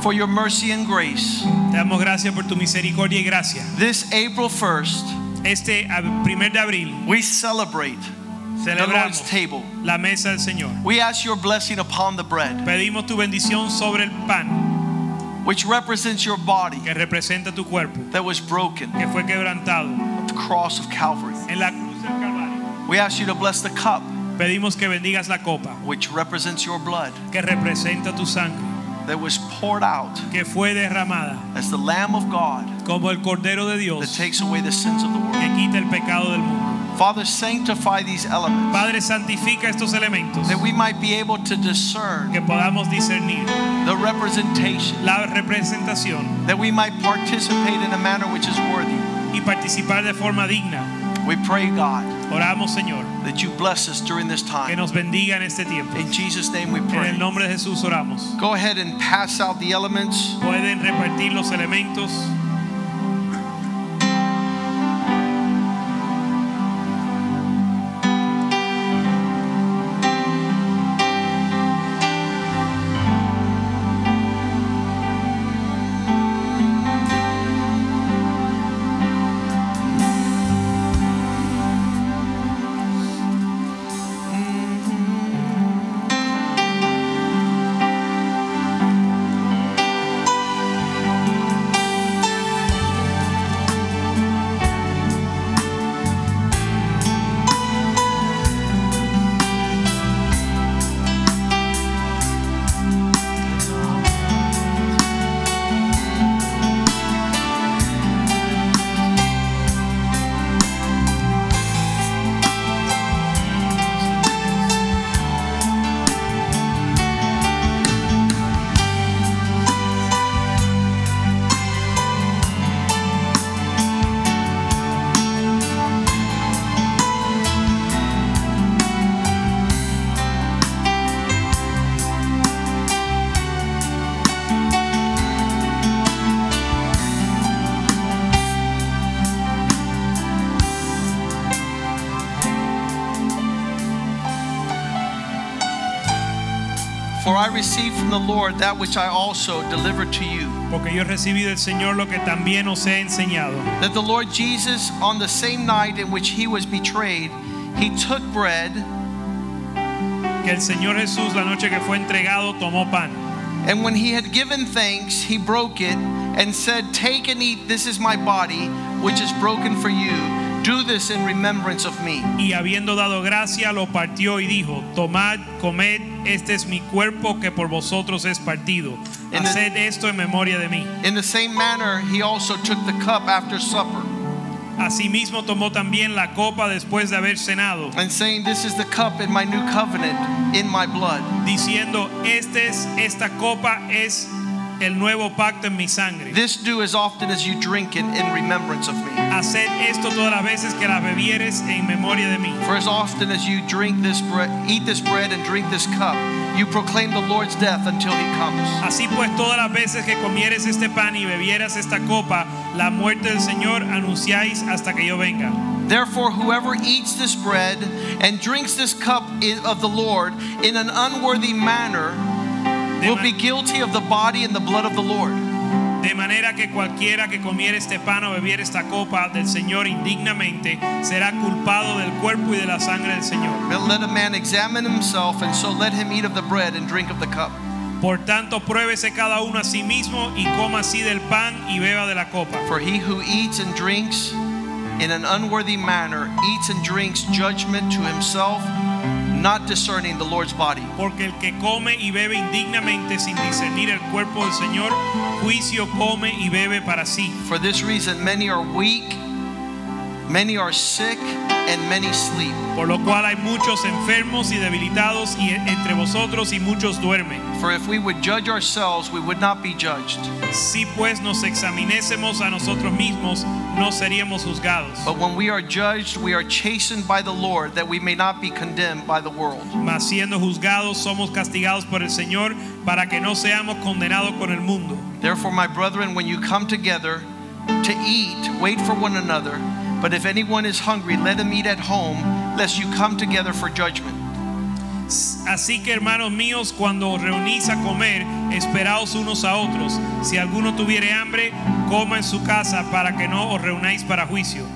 for your mercy and grace. Te damos gracias por tu misericordia y gracia. This April 1st, este ab- primer de abril we celebrate the Lord's celebramos table. la mesa del Señor. We ask your blessing upon the bread, Pedimos tu bendición sobre el pan which represents your body que representa tu cuerpo, that was broken que fue quebrantado at the cross of Calvary. en la cruz del Calvario. We ask you to bless the cup, Pedimos que bendigas la copa which represents your blood que representa tu sangre, that was poured out que fue derramada as the Lamb of God como el Cordero de that Dios takes away the sins of the world. que quita el pecado del mundo. Father, sanctify these elements Padre, santifica estos elementos that we might be able to discern que podamos discernir the representation, la representación that we might participate in a manner which is worthy. y participar de forma digna. We pray, God, Oramos, Señor, that you bless us during this que time. nos bendiga en este tiempo. In Jesus' name we En pray. el nombre de Jesús oramos. Go ahead and pass out the elements. Pueden repartir los elementos. For I received from the Lord that which I also delivered to you. Porque yo recibí del Señor lo que también os he enseñado. That the Lord Jesus, on the same night in which he was betrayed, he took bread, Que el Señor Jesús la noche que fue entregado tomó pan. and when he had given thanks, he broke it and said, Take and eat, this is my body, which is broken for you. Do this in remembrance of me. Y habiendo dado gracia, lo partió y dijo, tomad, comed, este es mi cuerpo que por vosotros es partido. En el- Haced esto en memoria de mí. In the same manner, he also took the cup after supper, Asimismo tomó también la copa después de haber cenado, and saying, This is the cup in my new covenant, in my blood. diciendo, este es, esta copa es el nuevo pacto en mi sangre. This do as often as you drink it in remembrance of me. Haced esto todas las veces que la bebieres en memoria de mí. For as often as you drink this bread, eat this bread and drink this cup, you proclaim the Lord's death until he comes. Así pues, todas las veces que comieres este pan y bebieras esta copa, la muerte del Señor anunciáis hasta que yo venga. Therefore, whoever eats this bread and drinks this cup i- of the Lord in an unworthy manner will be guilty of the body and the blood of the Lord. De manera que cualquiera que comiere este pan o bebiere esta copa del Señor indignamente será culpado del cuerpo y de la sangre del Señor. But let a man examine himself, and so let him eat of the bread and drink of the cup. Por tanto, pruébese cada uno a sí mismo y coma así del pan y beba de la copa. For he who eats and drinks in an unworthy manner eats and drinks judgment to himself, not discerning the Lord's body. Porque el que come y bebe indignamente sin discernir el cuerpo del Señor, juicio come y bebe para sí. For this reason, many are weak, many are sick, and many sleep. Por lo cual hay muchos enfermos y debilitados y e-, entre vosotros y muchos duermen. For if we would judge ourselves, we would not be judged. Si pues nos examinésemos a nosotros mismos, no seríamos juzgados. But when we are judged, we are chastened by the Lord, that we may not be condemned by the world. Mas siendo juzgados somos castigados por el Señor para que no seamos condenados con el mundo. Therefore, my brethren, when you come together to eat, wait for one another. But if anyone is hungry, let him eat at home, lest you come together for judgment. Así que hermanos míos, cuando os reunís a comer, esperaos unos a otros. Si alguno tuviere hambre, coma en su casa para que no os reunáis para juicio.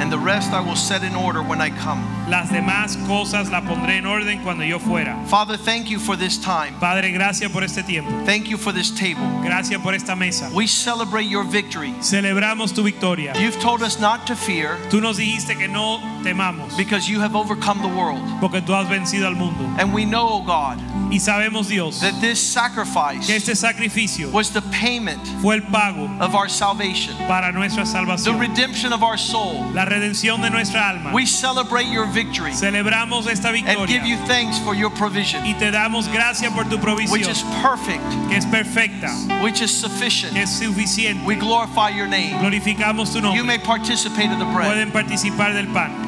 and the rest I will set in order when I come. Las demás cosas las pondré en orden cuando yo fuera. Father, thank you for this time. Padre, gracias por este tiempo. Thank you for this table. Gracias por esta mesa. We celebrate your victory. Celebramos tu victoria. You've told us not to fear Tú nos dijiste que no temamos because you have overcome the world. porque tú has vencido al mundo. And we know, oh God, Y sabemos, Dios, that this que sacrifice este sacrificio was the payment fue el pago of our salvation, para nuestra the salvación, redemption of our soul. la redención de nuestra alma. We celebrate your victory Celebramos esta and give you victoria thanks for your provision, y te damos gracias por tu which is provisión, perfect, que es perfecta, which is sufficient. que es suficiente. We glorify your name. Glorificamos tu You nombre. may participate of the bread. Pueden participar del pan.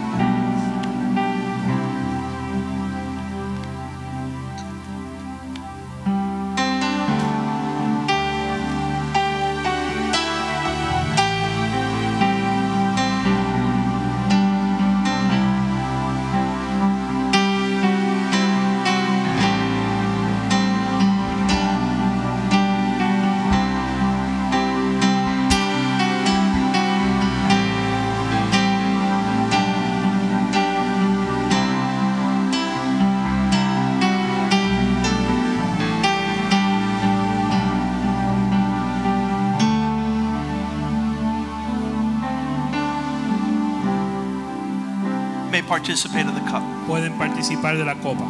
You may participate of the cup. Pueden participar de la copa.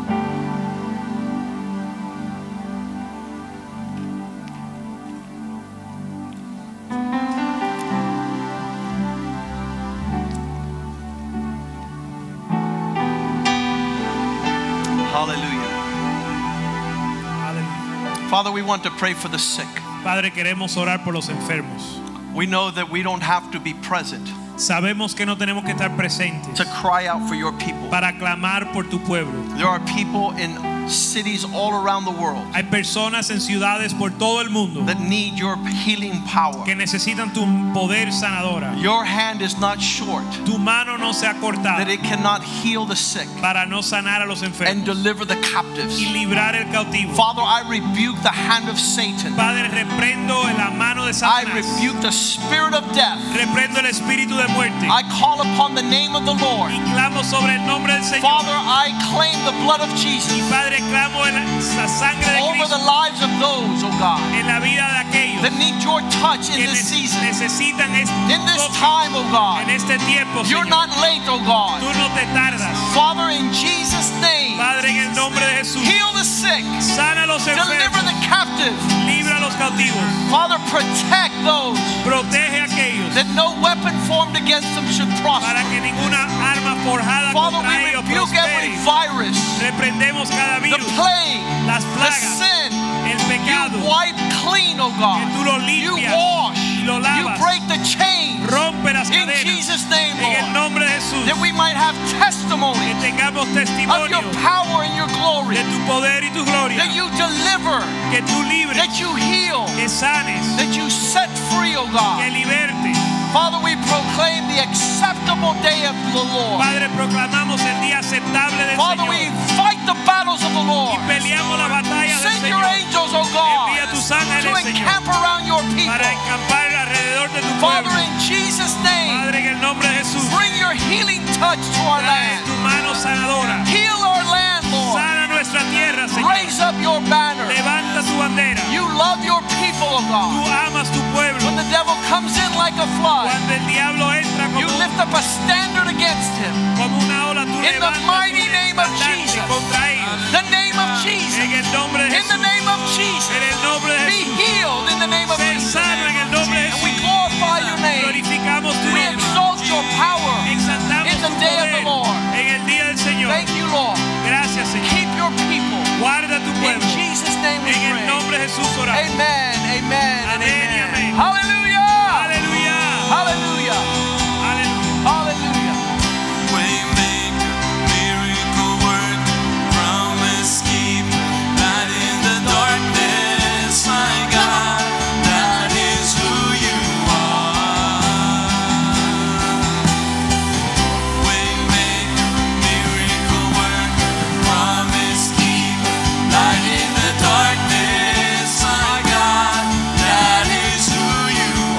Hallelujah. Aleluya. Father, we want to pray for the sick. Padre, queremos orar por los enfermos. We know that we don't have to be present Sabemos que no tenemos que estar presentes to cry out for your people. para clamar por tu pueblo. There are people in cities all around the world Hay personas en ciudades por todo el mundo that need your healing power. que necesitan tu poder sanadora. Your hand is not short Tu mano no se ha cortado that it cannot heal the sick para no sanar a los and enfermos deliver the captives. y librar el cautivo. Father, I rebuke the hand of Satan. Padre, reprendo en la mano de I Satanás. rebuke the spirit of death. Reprendo el espíritu de muerte I call upon the name of the Lord. y clamo sobre el nombre del Señor. Father, I claim the blood of Jesus Y Padre, clamo en la la sangre de over the Cristo lives of those, oh God, en la vida de that aquellos need your touch in que this ne- season, necesitan este in this toque, time, oh en God. este tiempo, You're Señor. not late, oh Tú God. no te tardas. Father, in Jesus' name, Padre, en el nombre de Jesús, heal the sick, sana a los deliver enfermos, the captive. libra a los cautivos, Father, protect those protege a aquellos that no weapon formed against them should para prosper. que ninguna arma forjada Father, we contra ellos rebuke every prospere. virus, Reprendemos cada the virus, plague, las the plagas, sin. el pecado. You wipe clean, oh Que tú God. lo You limpias, wash. y lo You lavas. break the chains. rompe las In cadenas. Jesus' name, En el Lord, nombre de Jesús, that we might have que testimony tengamos of testimonio your power and your glory. de tu poder y tu gloria. That you deliver, Que tú libres, that you heal, que sanes, that you set free, oh que God. libertes. Father, we proclaim the acceptable day of the Lord. Padre, proclamamos el día aceptable del Father, we Señor. fight the battles of the Y Lord. peleamos la batalla del Send your Señor angels, oh God, Envía tus ángeles, to encamp around your people. para encampar alrededor de tu Father, pueblo. in Jesus' name, Padre, en el nombre de Jesús, bring your healing touch to our trae tu land. mano sanadora. Heal our land, Lord. Sana nuestra tierra, Señor. Raise up your banner. Levanta tu bandera. You love your people, oh Tú God. amas tu When pueblo. the devil comes in like a flood, Cuando el diablo entra you como lift up a standard against him. como una ola tú the levantas tu mighty name of estandarte Jesus. contra ellos The name of Jesus. en el nombre de In the Ah, Jesús name of en Jesus. el nombre de Be Jesús healed in the name of ser Jesus. sano en el nombre de And we Jesús glorify your name. glorificamos tu We nombre exalt your power. exaltamos in the tu day of the Lord. poder en el día del Señor Thank you, Lord. gracias Señor Keep your people. guarda tu In pueblo Jesus' name we en el pray. nombre de Jesús oramos Amen, amen, and Amén y amen. amén. Hallelujah! aleluya Hallelujah! aleluya Hallelujah! Darkness, my God, that is.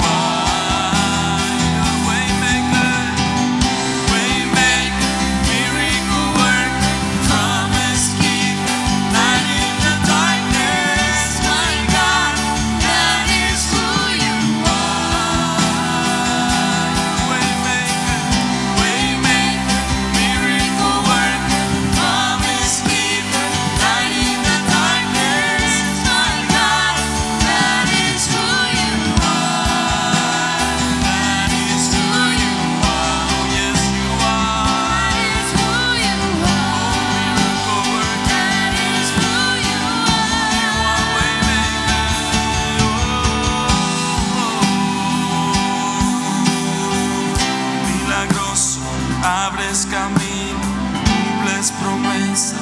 abres camino, cumples promesas,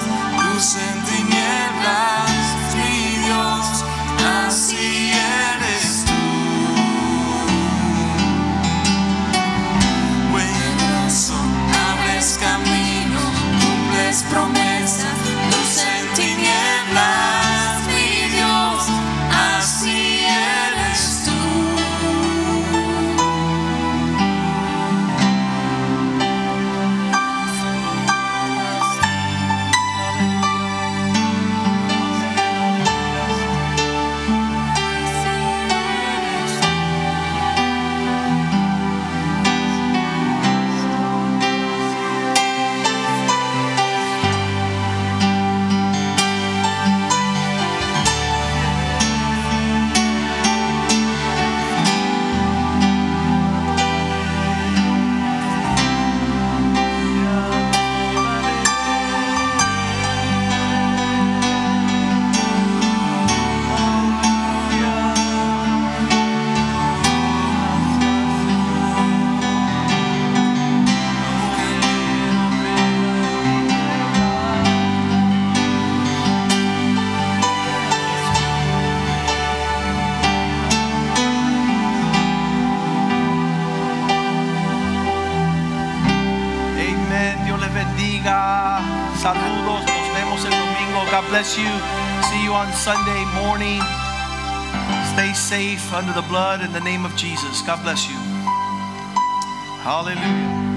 luz en tinieblas, mi Dios, así eres tú. Buen son, abres camino, cumples promesas, luz en tinieblas, mi Dios, así eres tú. Amen. Dios les bendiga. Saludos. Nos vemos el domingo. God bless you. See you on Sunday morning. Stay safe under the blood in the name of Jesus. God bless you. Hallelujah.